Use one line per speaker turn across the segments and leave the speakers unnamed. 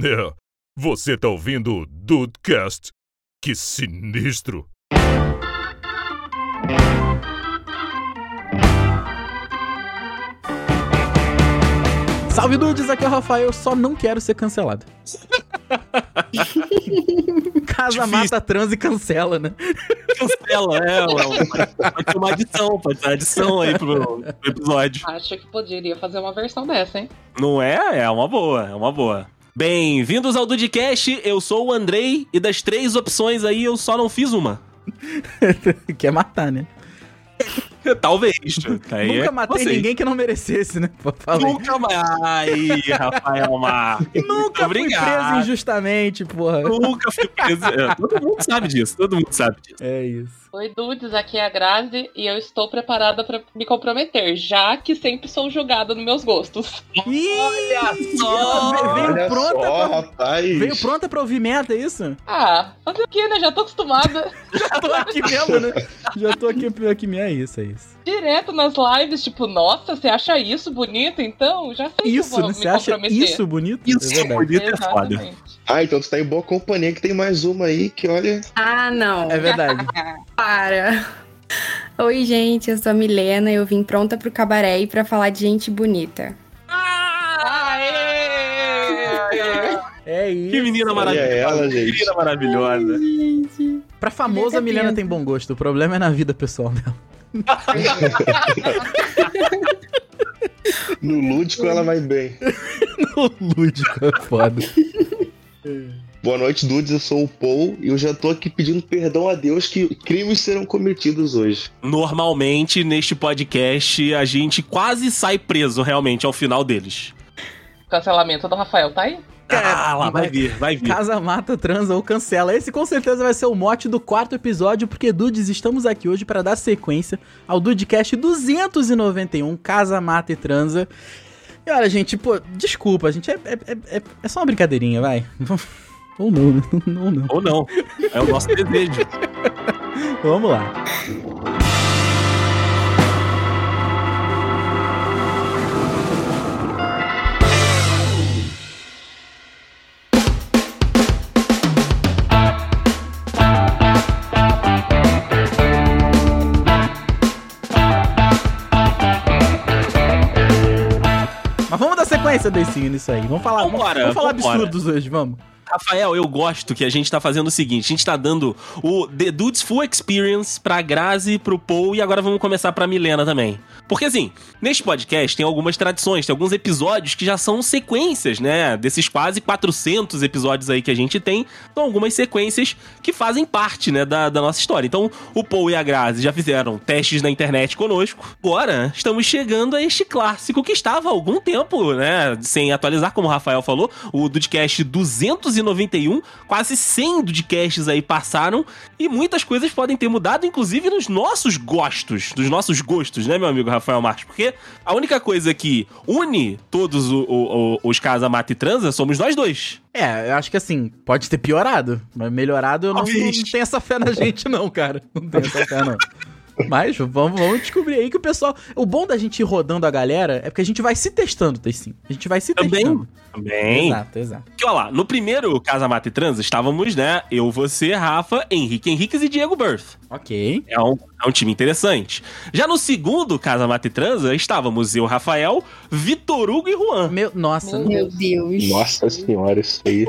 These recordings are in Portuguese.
É, você tá ouvindo o Dudecast? Que sinistro!
Salve dudes, aqui é o Rafael, só não quero ser cancelado. Casa
Difícil.
mata trans e cancela, né?
Cancela, é, ué, pode- pode ser uma adição, pode ser uma adição aí pro, pro episódio.
Acho que poderia fazer uma versão dessa, hein?
Não é? É uma boa, é uma boa. Bem-vindos ao Dudcast, eu sou o Andrei e das três opções aí eu só não fiz uma.
Quer matar, né?
Talvez. Aí é
Nunca
com
matei
vocês.
ninguém que não merecesse, né? Pô, Falei.
Nunca mais. Ai, Rafael Marques.
Nunca fui preso
Obrigado.
injustamente, porra.
Nunca fui preso. É, todo mundo sabe disso, todo mundo sabe disso.
É isso.
Oi, dudes, aqui é a Grazi e eu estou preparada pra me comprometer, já que sempre sou julgada nos meus gostos.
Olha
só!
Veio
Olha
pronta
só,
pra...
rapaz.
Veio pronta pra ouvir merda, é isso?
Ah, fazer o quê, né? Já tô acostumada.
Já tô aqui mesmo, né? Já tô aqui, aqui mesmo. É isso, é isso.
Direto nas lives, tipo, nossa, você acha isso bonito? Então, já sei que eu
Isso,
vou
né?
me
Você acha
comprometer.
isso bonito? é
Isso é
verdade.
bonito, é foda.
Exatamente.
Ah, então tu tá em boa companhia que tem mais uma aí que, olha,
Ah, não.
É verdade.
Para. Oi, gente, eu sou a Milena e eu vim pronta pro cabaré e pra falar de gente bonita.
Aê!
É isso.
Que menina
olha
maravilhosa.
ela,
que
gente.
menina maravilhosa.
Gente.
Pra famosa, a Milena
Milena.
tem bom gosto. O problema é na vida pessoal dela.
No lúdico ela vai bem.
O lúdico é foda.
Boa noite, dudes. Eu sou o Paul e eu já tô aqui pedindo perdão a Deus que crimes serão cometidos hoje.
Normalmente, neste podcast, a gente quase sai preso realmente ao final deles.
Cancelamento do Rafael, tá aí?
ah, lá, vai,
vai-
vir, vai vir.
Casa mata, transa ou cancela. Esse com certeza vai ser o mote do quarto episódio, porque Dudes, estamos aqui hoje para dar sequência ao Dudecast 291, Casa mata e transa. E olha, gente, pô, desculpa, gente, é, é- é- é- é só uma brincadeirinha, vai. Ou não, né? ou não.
Ou não. É o nosso desejo.
Vamos lá. Mas vamos dar sequência desse nisso aí. Vamos falar, vamos,
Vambora,
vamos falar
vambora.
absurdos hoje, vamos.
Rafael, eu gosto que a gente tá fazendo o seguinte: a gente tá dando o The Dudes Full Experience pra Grazi, pro Paul e agora vamos começar pra Milena também. Porque assim, neste podcast tem algumas tradições, tem alguns episódios que já são sequências, né? Desses quase 400 episódios aí que a gente tem, são algumas sequências que fazem parte, né, da, da nossa história. Então, o Paul e a Grazi já fizeram testes na internet conosco. Agora, estamos chegando a este clássico que estava há algum tempo, né, sem atualizar, como o Rafael falou, o Dudcast 291, quase 100 Dudcasts aí passaram e muitas coisas podem ter mudado, inclusive nos nossos gostos, dos nossos gostos, né, meu amigo Rafael Marques? Porque a única coisa que une todos o- o- o- os Casa Mata e Transa somos nós dois.
É, eu acho que assim, pode ter piorado, mas melhorado eu não,
Talvez.
não tenho essa fé na gente, não, cara. Não tenho essa fé, não. Mas vamos, vamos descobrir aí que o pessoal. O bom da gente ir rodando a galera é porque a gente vai se testando, sim. A gente vai se
Também.
testando.
Também.
Exato, exato.
Porque, olha lá, no primeiro Casa Mata e Transa estávamos, né? Eu, você, Rafa, Henrique Henriquez e Diego Berth.
Ok.
É um, é um time interessante. Já no segundo Casa Mata e Transa estávamos eu, Rafael, Vitor Hugo e Juan.
Meu, nossa,
Meu
Meu Deus.
Nossa senhora, isso aí.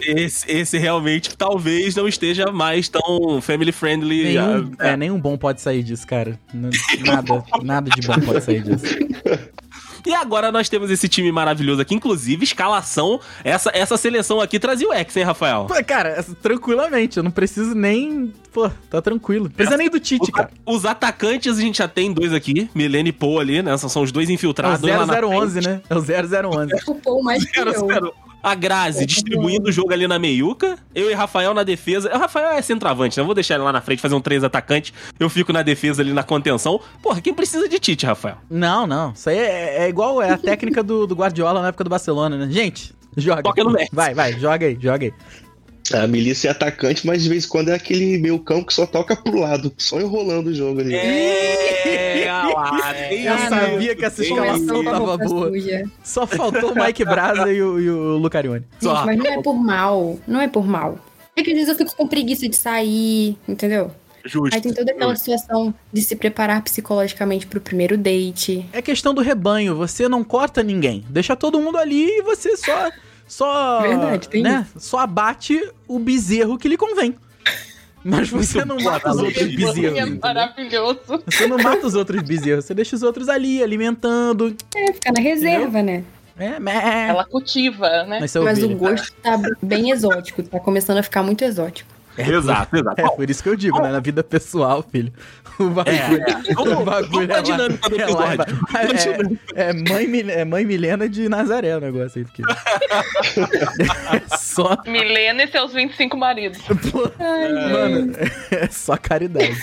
Esse, esse realmente talvez não esteja mais tão family friendly.
nenhum,
ah,
é, nenhum bom pode sair disso, cara. N- Nada, nada de bom pode sair disso.
E agora nós temos esse time maravilhoso aqui, inclusive escalação. Essa, essa seleção aqui trazia o X, hein, Rafael?
Pô, cara, essa- tranquilamente, eu não preciso nem. Pô, tá tranquilo. Não precisa nem do Tite, cara. É
Os atacantes a gente já tem dois aqui, Milene e Paul ali, né? São- São os dois
É o
infiltrados. dois lá na
0011, né? É o 0011.
Ocupou Tipo, mais que eu.
A Grazi distribuindo o jogo ali na meiuca. Eu e Rafael na defesa. O Rafael é centroavante, né? Eu vou deixar ele lá na frente, fazer um três atacante. Eu fico na defesa ali na contenção. Porra, quem precisa de Tite, Rafael?
Não, não. Isso aí é, é igual é a técnica do, do Guardiola na época do Barcelona, né? Gente, joga.
Toca no Messi.
Vai, vai, joga aí, joga aí.
A milícia é atacante, mas de vez em quando é aquele meio campo que só toca pro lado, só enrolando o jogo ali.
É, lá, tem
Eu
Ah,
isso.
sabia que essa
Tem
escalação
Começou com a
tava
roupa
boa.
suja.
Só faltou o Mike Braza e o, e o Lucarione.
Só.
Gente, mas não é por mal. Não é por mal. É que às vezes eu fico com preguiça de sair, entendeu?
Justo.
Aí tem toda aquela situação de se preparar psicologicamente pro primeiro date.
É questão do rebanho, você não corta ninguém. Deixa todo mundo ali e você só. Só.
Verdade, tem
né? Só abate o bezerro que lhe convém. Mas você não mata os
boa
outros
analogia.
bezerros.
É
entendeu?
maravilhoso.
Você não mata os outros bezerros, você deixa os outros ali alimentando.
É, ficar na reserva, né?
É, meh.
Ela cultiva, né?
Mas você é
Mas o
ovelha.
gosto tá bem exótico. Tá começando a ficar muito exótico.
Exato, exato.
É, por isso que eu digo, né? Na vida pessoal, filho. O bagulho.
É,
O
vamos,
bagulho
vamos pra
é lá-
dinâmica do
é lá-
episódio.
é- É mãe, Mil- é mãe Milena de Nazaré o negócio aí, porque. é só.
Milena e seus 25 maridos.
pô, Mano, é só caridade.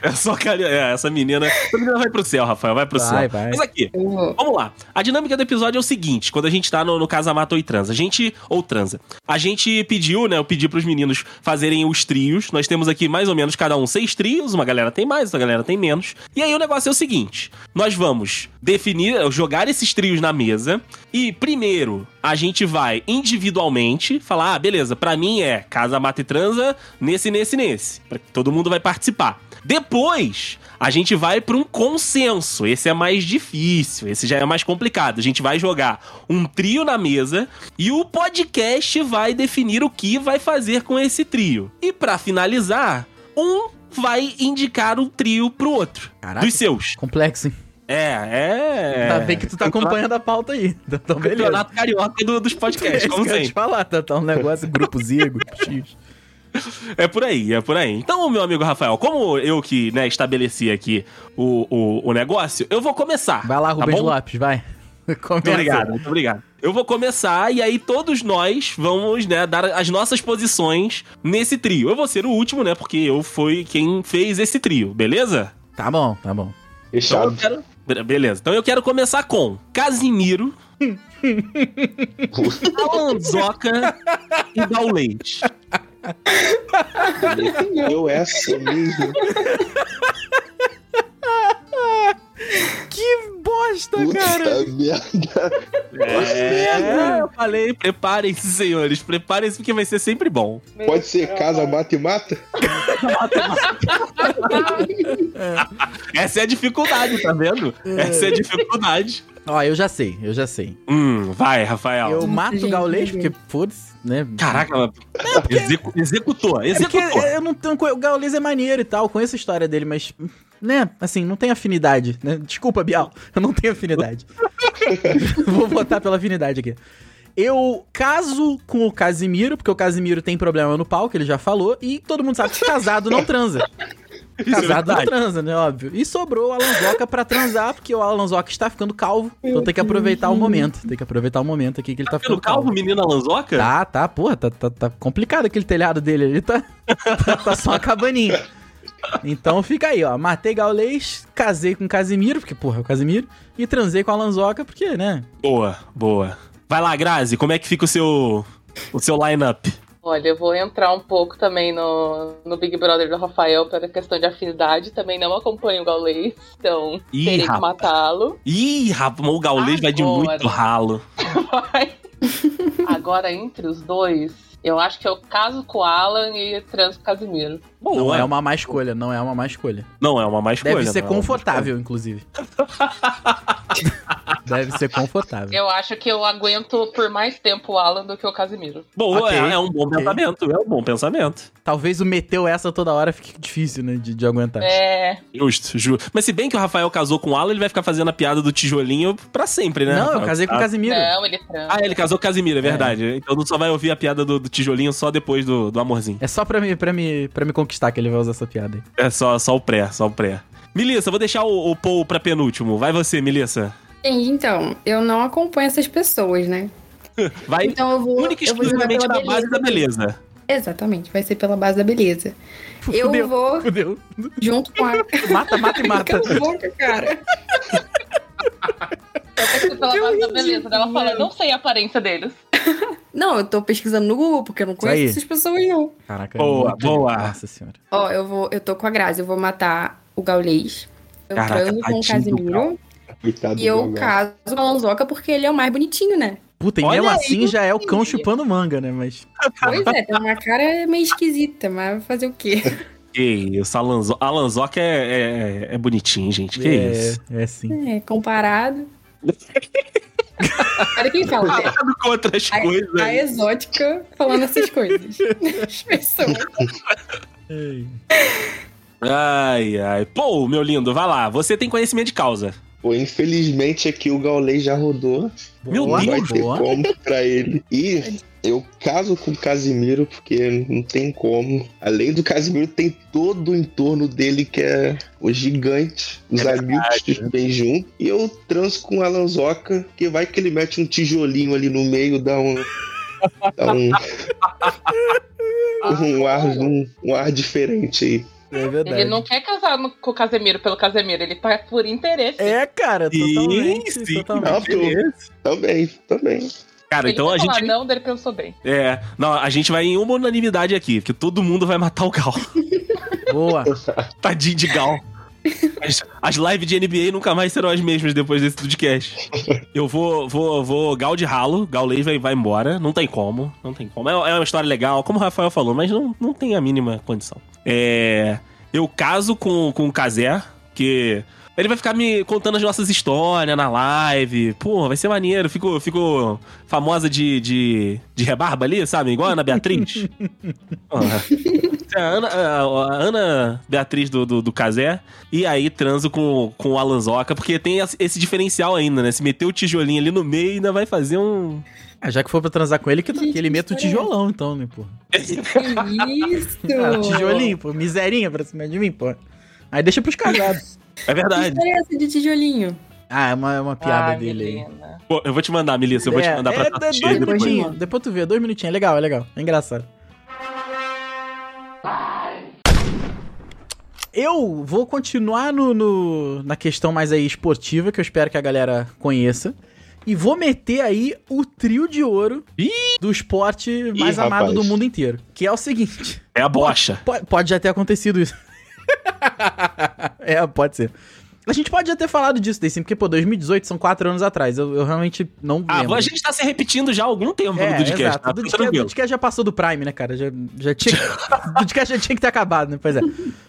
É só cara, é, essa menina. Essa menina vai pro céu, Rafael, vai pro
Vai,
céu.
vai.
Mas aqui,
Eu vou.
Vamos lá. A dinâmica do episódio é o seguinte: quando a gente tá no, no Casa Mata ou Transa, a gente. Ou transa. A gente pediu, né? Eu pedi pros meninos fazerem os trios. Nós temos aqui mais ou menos cada um seis trios. Uma galera tem mais, outra galera tem menos. E aí o negócio é o seguinte: nós vamos definir, jogar esses trios na mesa. E primeiro, a gente vai individualmente falar: ah, beleza, pra mim é Casa Mata e Transa, nesse, nesse, nesse. Pra- Todo mundo vai participar. Depois, a gente vai para um consenso. Esse é mais difícil, esse já é mais complicado. A gente vai jogar um trio na mesa e o podcast vai definir o que vai fazer com esse trio. E para finalizar, um vai indicar um trio pro outro.
Caraca.
Dos seus.
Complexo, hein?
É, é.
Tá bem que tu tá acompanhando a pauta aí. Então, Então, beleza.
Campeonato carioca do- dos
É
podcasts,
isso
como
que eu ia
sempre.
te falar, tá, tá um negócio, grupo Z, grupo X.
É por aí, é por aí. Então, meu amigo Rafael, como eu que né, estabeleci aqui o, o, o negócio, eu vou começar.
Vai lá,
tá
Rubens
bom?
Lopes, vai. Começa.
Muito obrigado, muito obrigado. Eu vou começar e aí todos nós vamos, né, dar as nossas posições nesse trio. Eu vou ser o último, né, porque eu fui quem fez esse trio, beleza?
Tá bom, tá bom.
Então eu
Fechado.
quero... Be- Beleza, então eu quero começar com Casimiro, Alanzoca e Daulete.
Eu essa mesmo.
Que bosta,
Puta merda.
É, eu falei, preparem-se, senhores, preparem-se porque vai ser sempre bom.
Pode ser casa, mata e mata?
Essa é a dificuldade, tá vendo? Essa é a dificuldade.
Ó, eu já sei, eu já sei.
Hum, vai, Rafael.
Eu mato o
Gente,
Gaulês,
gente.
porque, foda-se, né?
Caraca, mas- é Execu- executou,
É porque
executou.
eu não tenho. co- O Gaules é maneiro e tal, conheço a história dele, mas. Né, assim, não tem afinidade. né? Desculpa, Bial, eu não tenho afinidade. Vou votar pela afinidade aqui. Eu caso com o Casimiro, porque o Casimiro tem problema no pau, que ele já falou, e todo mundo sabe que casado não transa.
Isso é
Casado não
verdade.
transa, né? Óbvio. E sobrou o Alanzoca pra transar, porque o Alanzoca está ficando calvo. Então tem que aproveitar o momento. Tem que aproveitar o momento aqui que ele tá ficando
Pelo calvo, menina lanzoca?
Tá, tá, porra, tá, tá, tá complicado aquele telhado dele ali, tá, tá, tá só uma cabaninha. Então fica aí, ó, matei Gaulês, casei com Casimiro, porque porra, é o Casimiro, e transei com a Lanzoca, porque, né,
Boa, boa. Vai lá, Grazi, como é que fica o seu o seu line-up?
Olha, eu vou entrar um pouco também no, no Big Brother do Rafael pela questão de afinidade. Também não acompanho o Gaulês, então
Ih,
terei que
rapaz.
matá-lo.
Ih, rapaz, o gaulês vai de
Agora.
muito ralo.
Vai. Agora, entre os dois, eu acho que eu caso com o Alan e trans com o Casimiro.
Boa.
não é uma má escolha, não é uma má escolha.
Não é uma mais
Deve
coisa.
ser confortável, inclusive. Deve ser confortável.
Eu acho que eu aguento por mais tempo o Alan do que o Casimiro.
Boa,
Ok,
é, é um bom
ok.
pensamento. É um bom pensamento.
Talvez o meteu essa toda hora fique difícil, né, de, de aguentar.
É,
Justo, justo. Mas se bem que o Rafael casou com o Alan, ele vai ficar fazendo a piada do tijolinho pra sempre, né?
Não, eu
Rafael?
casei com o
Ah,
Casimiro.
não, ele é trans.
Ah, ele casou com o Casimiro, é verdade. Então tu só vai ouvir a piada do, do tijolinho só depois do, do amorzinho.
É só pra me, pra, me, pra me conquistar que ele vai usar essa piada aí.
É só, só o pré, só o pré. Melissa, vou deixar o, o Paul pra penúltimo. Vai você, Melissa.
Gente, então, eu não acompanho essas pessoas, né?
Vai
Então eu vou.
única e
eu vou jogar
exclusivamente
pela
na base da beleza.
Exatamente, vai ser pela base da beleza. Eu
Fudeu.
vou
Fudeu.
junto com a.
Mata, mata e mata.
Cala a boca, cara.
Eu acho que pela base da beleza dela fala, não sei a aparência deles.
Não, eu tô pesquisando no Google, porque eu não conheço
aí.
essas pessoas, não.
Caraca,
Boa,
muito legal.
boa.
Nossa senhora.
Ó, eu vou. Eu tô com a Grazi, eu vou matar o Gaulês. Eu
Caraca,
transo com
tadinho
o
do
Casimiro.
Coitado
E eu
do Gal.
caso com a Lanzoca porque ele é o mais bonitinho, né?
Puta, e
Olha
mesmo
aí,
assim já é o cão
entendi.
chupando manga, né? Mas.
Pois é, tem uma cara meio esquisita, mas fazer o quê?
Que isso, a, Lanzo... a Lanzoca é, é, é bonitinho, gente. Que
é,
isso.
É sim.
É, comparado. Olha quem fala, né?
Nada contra as
Ai,
coisas.
A exótica falando essas coisas. As pessoas.
Ai, ai. Pô, meu lindo, vai lá. Você tem conhecimento de causa.
Pô, infelizmente aqui o Gaulês já rodou.
Meu
Não
Boa,
vai
Deus.
ter
boa.
como pra ele. E eu caso com o Casimiro porque não tem como. Além do Casimiro, tem todo o entorno dele que é o gigante, os amigos que vêm junto. E eu transo com a Lanzoca, que vai que ele mete um tijolinho ali no meio, dá um. dá um. um ar, um, um ar diferente aí.
É
Ele
verdade.
não quer casar no- com o Casemiro pelo Casemiro, ele tá por interesse.
É, cara,
Sim,
totalmente.
sim.
totalmente.
Não, eu- também, também.
Cara,
Ele tá
então
quer
a
falar
gente.
não, dele pensou bem.
É, não, a gente vai em uma unanimidade aqui, que todo mundo vai matar o Gal.
Boa.
Tadinho de Gal. As, as lives de NBA nunca mais serão as mesmas depois desse podcast. Eu vou, vou, vou Gal de ralo, Gal Lei vai, vai embora, não tem como, não tem como. É, é uma história legal, como o Rafael falou, mas não, não tem a mínima condição. É, eu caso com, com o Kazé, que ele vai ficar me contando as nossas histórias na live. Pô, vai ser maneiro, fico, fico famosa de, de, de rebarba ali, sabe? Igual a Ana Beatriz. Porra. É A Ana, a- a Ana Beatriz do, do, do Casé. E aí transo com, com o Alanzoca, porque tem esse- esse diferencial ainda, né? Se meter o tijolinho ali no meio, ainda vai fazer um.
Ah, já que for pra transar com ele, que,
Gente,
que ele meta o
que história é
tijolão, então, né, porra?
Que isso!
Ah, tijolinho, pô. Miserinha pra cima de mim, pô. Aí deixa pros casados.
É
Que
verdade.
história é essa de tijolinho?
Ah, é uma, é uma piada
Ah,
dele aí.
menina.
Pô, eu vou te mandar, Melissa, eu vou te mandar pra
é,
Tati
dois
depois.
depois.
minutinhos. Depois tu vê, dois minutinhos. É legal, é legal. É engraçado. Eu vou continuar no, no- na questão mais aí esportiva, que eu espero que a galera conheça. E vou meter aí o trio de ouro do esporte mais
Ih,
amado
rapaz.
do mundo inteiro. Que é o seguinte.
É a bocha.
Pode, pode já ter acontecido isso. é, pode ser. A gente pode já ter falado disso, Daí, sim, porque, pô, 2018 são quatro anos atrás. Eu, eu realmente não
Ah,
lembro.
a gente tá se repetindo já há algum tempo
é,
no podcast,
exato.
tá?
O Dudcast- o
Tranquilo.
Dudcast já passou do Prime, né, cara? Já, já tinha... o Dudcast já tinha que ter acabado, né? Pois é.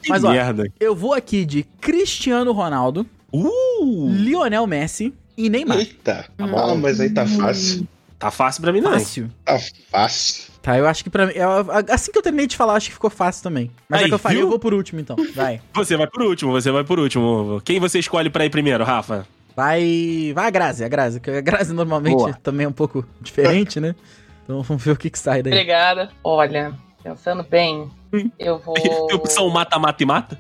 Mas, ó,
merda.
eu vou aqui de Cristiano Ronaldo,
Uh!
Lionel Messi e Neymar.
Eita. Ah, mas aí tá fácil.
Tá fácil pra mim, não.
Fácil.
Tá fácil.
Tá, eu acho que pra mim... eu- assim que eu terminei de falar, acho que ficou fácil também. Mas
Aí,
é que eu falei,
viu?
eu vou por último, então. Vai.
Você vai por último, você vai por último. Quem você escolhe pra ir primeiro, Rafa?
Vai. Vai a Grazi, a Grazi. que A Grazi normalmente
Boa.
também é um pouco diferente, né? Então vamos ver o que, que sai daí.
Obrigada. Olha, pensando bem, eu vou.
Tem opção mata, mata e mata?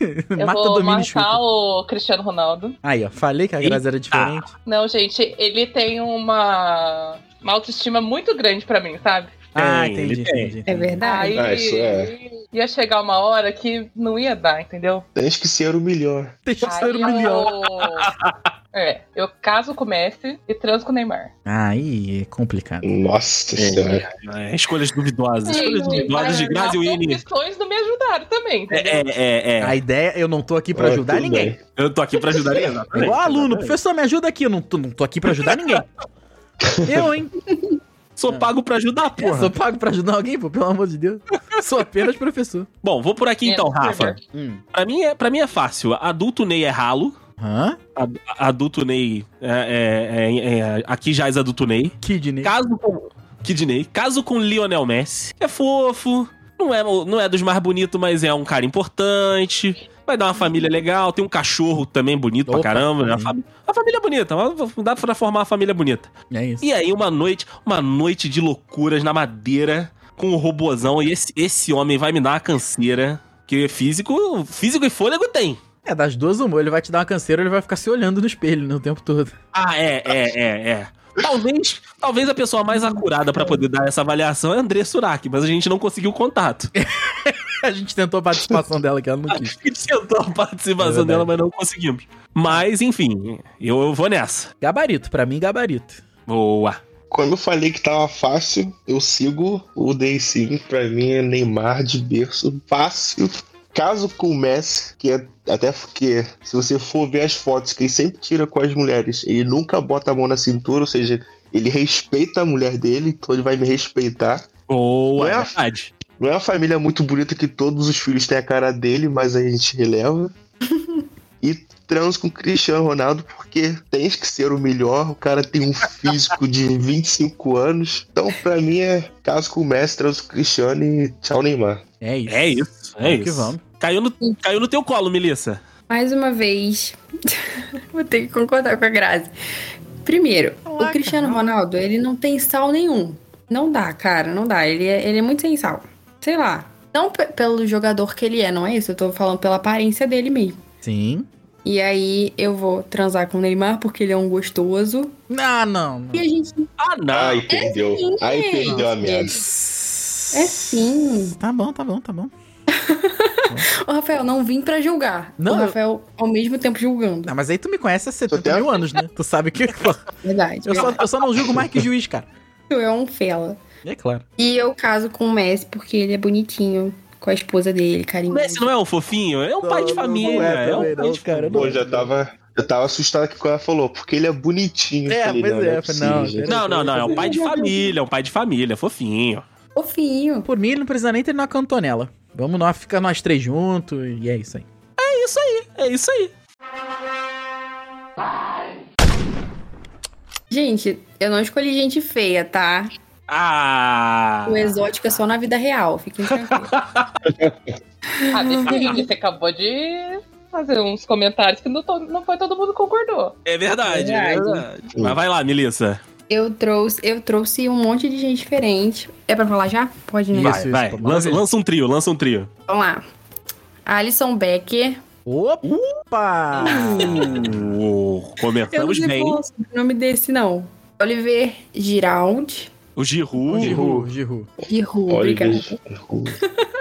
Eu
Mata
vou
domínio e
marcar um.
chuta.
o Cristiano Ronaldo.
Aí, ó. Falei que a Grazi era diferente.
Não, gente, ele tem uma, uma autoestima muito grande pra mim, sabe?
Ah,
Tem,
entendi,
ele tem.
entendi.
É
entendi.
verdade.
Aí
Ah, isso
ia chegar uma hora que não ia dar, entendeu?
Tens que ser o melhor.
Deixa eu
Aí
ser um milhão.
eu- É, eu caso com o Messi e transo com o Neymar.
Aí é complicado.
Nossa senhora.
É, escolhas duvidosas. Escolhas duvidosas de Grazi
As
Winnie.
opções não me ajudaram também, entendeu?
É, é, é, é.
A ideia, eu não tô aqui pra
Ah,
ajudar
tudo
ninguém.
bem.
Eu tô aqui pra ajudar ele.
É
exatamente.
Igual aluno, professor, me ajuda aqui. Eu não tô, não tô aqui pra ajudar ninguém. Eu, hein?
Sou pago pra
É,
ajudar,
Eu
porra.
sou pago pra ajudar alguém, pô, pelo amor de Deus. Sou apenas professor.
Bom, vou por aqui então,
É, super.
Rafa.
Hum.
Pra mim, é, pra mim é fácil. Adulto Ney é ralo.
Hã?
Ad- Adulto Ney é, é- é- é- Aqui já é adulto Ney.
Kidney.
Caso com. Kidney. Caso com Lionel Messi. É fofo. Não é, o- não é dos mais bonitos, mas é um cara importante. Vai dar uma família legal. Tem um cachorro também bonito
Opa.
pra caramba. né? A,
Hum.
fami- a família é bonita. mas Dá pra formar uma família bonita.
É isso.
E aí, uma noite, uma noite de loucuras na madeira com o robozão. E esse, esse homem vai me dar uma canseira. Que físico, físico e fôlego tem.
É, das duas uma, ou ele vai te dar uma canseira ou ele vai ficar se olhando no espelho né, o tempo todo.
Ah, é, é, é, é. Talvez, talvez a pessoa mais acurada pra poder dar essa avaliação é a André Surak, mas a gente não conseguiu o contato.
A gente tentou a participação dela que ela não
A
quis.
gente tentou a participação
É verdade.
dela, mas não conseguimos. Mas, enfim, eu, eu vou nessa.
Gabarito, pra mim, gabarito.
Boa.
Quando eu falei que tava fácil, eu sigo o Day5. Pra mim é Neymar de berço. Fácil. Caso com o Messi, que é até porque, se você for ver as fotos que ele sempre tira com as mulheres, ele nunca bota a mão na cintura, ou seja, ele respeita a mulher dele, então ele vai me respeitar.
Boa,
Não é?
é verdade.
Não é uma família muito bonita que todos os filhos têm a cara dele, mas a gente releva. e trans com Cristiano Ronaldo, porque tem que ser o melhor. O cara tem um físico de 25 anos. Então, pra mim, é caso com o Messi, trans com o Cristiano e tchau, Neymar.
É isso.
É isso, é
Vamos
isso.
que vamos.
Caiu, no, caiu no teu colo, Melissa.
Mais uma vez, vou ter que concordar com a Grazi. Primeiro,
Caraca,
o Cristiano
não.
Ronaldo, ele não tem sal nenhum. Não dá, cara, não dá. Ele é, ele é muito sem sal. Sei lá. Não pe- pelo jogador que ele é, não é isso? Eu tô falando pela aparência dele mesmo.
Sim.
E aí eu vou transar com o Neymar porque ele é um gostoso.
Ah, não. não.
E a gente.
Ah, não.
Ai, perdeu. Ai, perdeu a merda.
É sim.
Tá bom, tá bom, tá bom.
O Rafael, não vim pra julgar.
Não,
o
eu-
Rafael, ao mesmo tempo, julgando.
Ah, mas aí tu me conhece há 70
tem
mil anos, né? Tu sabe que. pô,
Verdade.
Eu só,
verdade.
eu só não julgo mais que juiz, cara.
É um fela.
É claro.
E eu caso com o Messi porque ele é bonitinho. Com a esposa dele,
O
carinho.
Messi não é um fofinho? É um pai de família. é, um pai de
cara.
Pô, já tá tava. Eu tava assustado aqui quando ela falou, porque ele é bonitinho.
É,
Falei,
pois
não, não
é,
possível,
não,
gente.
pera-
Não, não, não. É um pai de família, é um pai de família, fofinho.
é Fofinho.
Por mim, ele não precisa nem ter na cantonela. Vamos nós, fica nós três juntos e é isso aí.
É isso aí.
Gente, eu não escolhi gente feia, tá?
Ah!
O exótico é só na vida real, fiquem tranquilos.
Ah, depende, você acabou de fazer uns comentários que não, to- não foi todo mundo concordou.
É verdade, é
Verdade.
verdade. Mas vai lá, Melissa.
eu trouxe, eu trouxe um monte de gente diferente. É pra falar já? Pode, né?
Isso,
Vai,
isso,
vai.
tá bom.
Lança, lança um trio, lança um trio.
Vamos lá. Alison Becker.
Ah.
Opa!
Uh,
Eu não
começamos
sei
bem.
falar o nome desse, não. Oliver Giraldi.
O Uh, Giru.
Giru, Giru.
Giru,
Olha,
obrigada.
gente.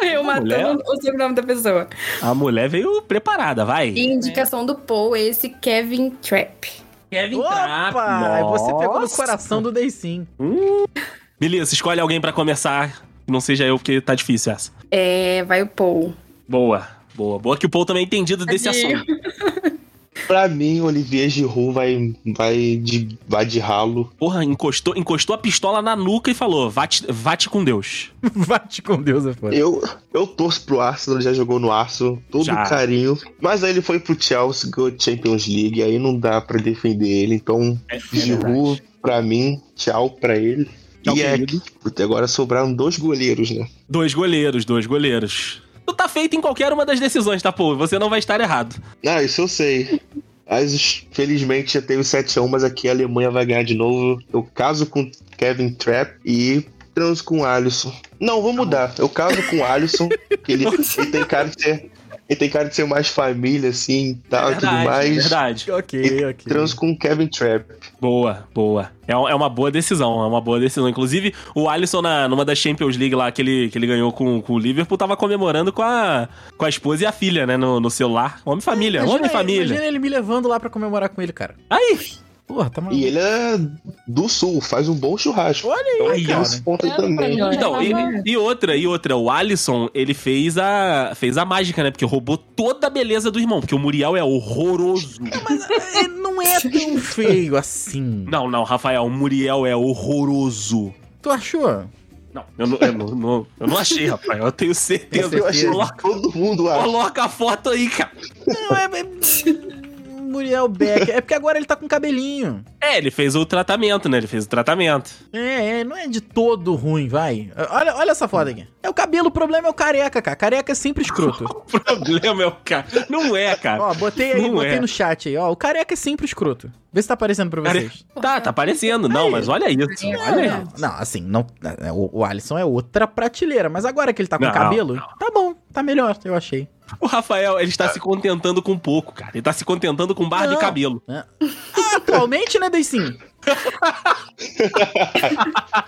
Eu matando
Mulher.
o sobrenome da pessoa.
A mulher veio preparada, vai.
E indicação do Paul, esse Kevin Trapp.
Kevin
Opa! Aí Você pegou no coração do Deisim.
Melissa, escolhe alguém pra começar. Não seja eu, porque tá difícil essa.
É, vai o Paul.
Boa. Boa, boa que o Paul também é entendido desse
Tadinho.
assunto.
Pra mim, Olivier Giroud vai, vai, de, vai de ralo.
Porra, encostou, encostou a pistola na nuca e falou: vá-te vá-te com Deus.
Vate com Deus, é foda.
Eu, eu torço pro Arsenal, ele já jogou no Arsenal, todo
Já.
carinho. Mas aí ele foi pro Chelsea, ganhou Champions League, aí não dá pra defender ele. Então,
É,
Giroud, pra mim, tchau pra ele.
Tchau,
e é,
querido.
puta, agora sobraram dois goleiros, né?
Dois goleiros, dois goleiros. Tu tá feito em qualquer uma das decisões, tá, Paul? Você não vai estar errado.
Ah, isso eu sei. Mas, felizmente, já teve 7x1, mas aqui a Alemanha vai ganhar de novo. Eu caso com Kevin Trapp e transo com Alisson. Não, vou mudar. Eu caso com Alisson, que ele, ele tem cara de ser... Ele tem cara de ser mais família, assim, e tal, e tudo
é
mais.
verdade.
Ok, ok.
Trans com Kevin Trapp.
Boa, boa. É, um- é uma boa decisão, é uma boa decisão. Inclusive, o Alisson, na, numa das Champions League lá que ele, que ele ganhou com, com o Liverpool, tava comemorando com a, com a esposa e a filha, né, no, no celular. Homem e família, homem e
ele-
família.
Imagina ele me levando lá pra comemorar com ele, cara.
Aí,
Porra, tá maluco.
E ele é do sul, faz um bom churrasco.
Olha aí,
Tem
cara.
esse ponto aí
Olha pra
também.
mim, olha.
Então, e, e outra, e outra, o Alisson, ele fez a, fez a mágica, né? Porque roubou toda a beleza do irmão, porque o Muriel é horroroso.
É, não é tão feio assim.
Não, não, Rafael, o Muriel é horroroso.
Tu achou?
Não, eu não, eu não, não- eu não achei, Rafael, eu tenho certeza.
Eu achei
Coloca,
que todo mundo acha.
coloca a foto aí, cara.
Não, é. é- Muriel Beck. É porque agora ele tá com cabelinho.
É, ele fez o tratamento, né? Ele fez o tratamento.
É, é, não é de todo ruim, vai. Olha, olha essa foto aqui. É o cabelo, o problema é o careca, cara. Careca é sempre escroto.
O problema é o cara. Não é, cara.
Ó, botei aí,
Não
botei
é.
no chat aí, ó. O careca é sempre escroto. Vê se tá aparecendo pra vocês.
Tá, tá aparecendo. Não, mas olha isso. Olha
Olha.
isso.
Não, assim, não, é, o, o Alisson é outra prateleira, mas agora que ele tá com
Não,
cabelo, tá bom, tá melhor, eu achei.
O Rafael, ele está se contentando com pouco, cara. Ele tá se contentando com barba
Não.
e cabelo.
Atualmente, né, Deicinho?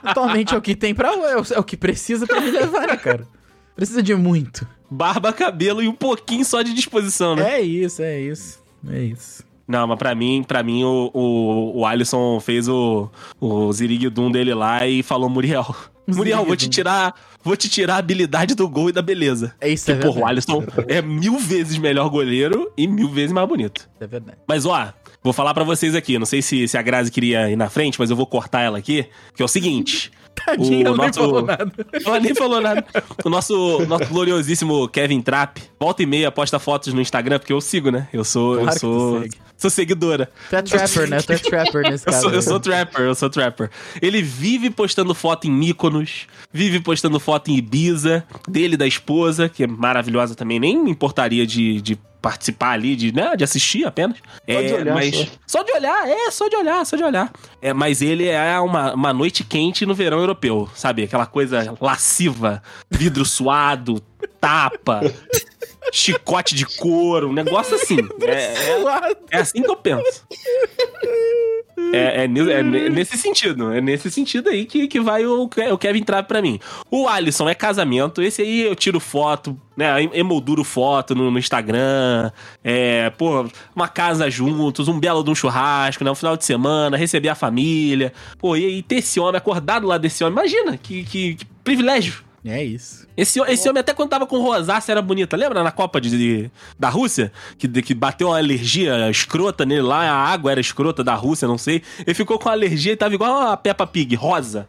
Atualmente é o que tem pra. É o, é o que precisa pra me levar, né, cara? Precisa de muito.
barba, cabelo e um pouquinho só de disposição, né?
É isso, é isso. É isso.
Não, mas pra mim, pra mim o, o, o Alisson fez o, o Ziriguidum dele lá e falou, Muriel. Muriel, vou te
Ziriguidum.
tirar. Vou te tirar a habilidade do gol e da beleza.
É isso,
Que,
é
porra, o
verdade.
Alisson é mil vezes melhor goleiro e mil vezes mais bonito.
É verdade.
Mas ó, vou falar pra vocês aqui. Não sei se, se a Grazi queria ir na frente, mas eu vou cortar ela aqui. Que é o seguinte.
Tadinha, ela nem
nosso-
falou nada.
Ela nem falou nada. O nosso, nosso gloriosíssimo Kevin Trapp, volta e meia, posta fotos no Instagram, porque eu sigo, né? Eu sou.
Claro
eu
que
sou.
tu segue.
Sou seguidora.
Tu é trapper, né? Tu é trapper nesse
Eu
caso.
sou, eu
né?
sou trapper, eu sou trapper. Ele vive postando foto em Mykonos, vive postando foto em Ibiza, dele e da esposa, que é maravilhosa também, nem me importaria de, de participar ali, de, né, de assistir apenas. é,
de olhar,
mas
só.
só. de olhar, é, só de olhar, só de olhar. É, mas ele é uma, uma noite quente no verão europeu, sabe? Aquela coisa lasciva, vidro suado, tapa, chicote de couro, um negócio assim. É- é- é assim que eu penso. É, é ni- é ne- nesse sentido. É nesse sentido aí que, que vai o, Ke- o Kevin Trapp pra mim. O Alisson é casamento. Esse aí eu tiro foto, né? em- Emolduro foto no, no Instagram. É, pô, uma casa juntos, um belo de um churrasco, né? Um final de semana, receber a família. Pô, e, e ter esse homem acordado lá desse homem. Imagina, que, que- que privilégio.
É isso.
Esse, esse homem até quando tava com rosácea era bonita. Lembra na Copa de, de- da Rússia? Que, de- que bateu uma alergia escrota nele lá, a água era escrota da Rússia, não sei. Ele ficou com alergia e tava igual a Peppa Pig, rosa.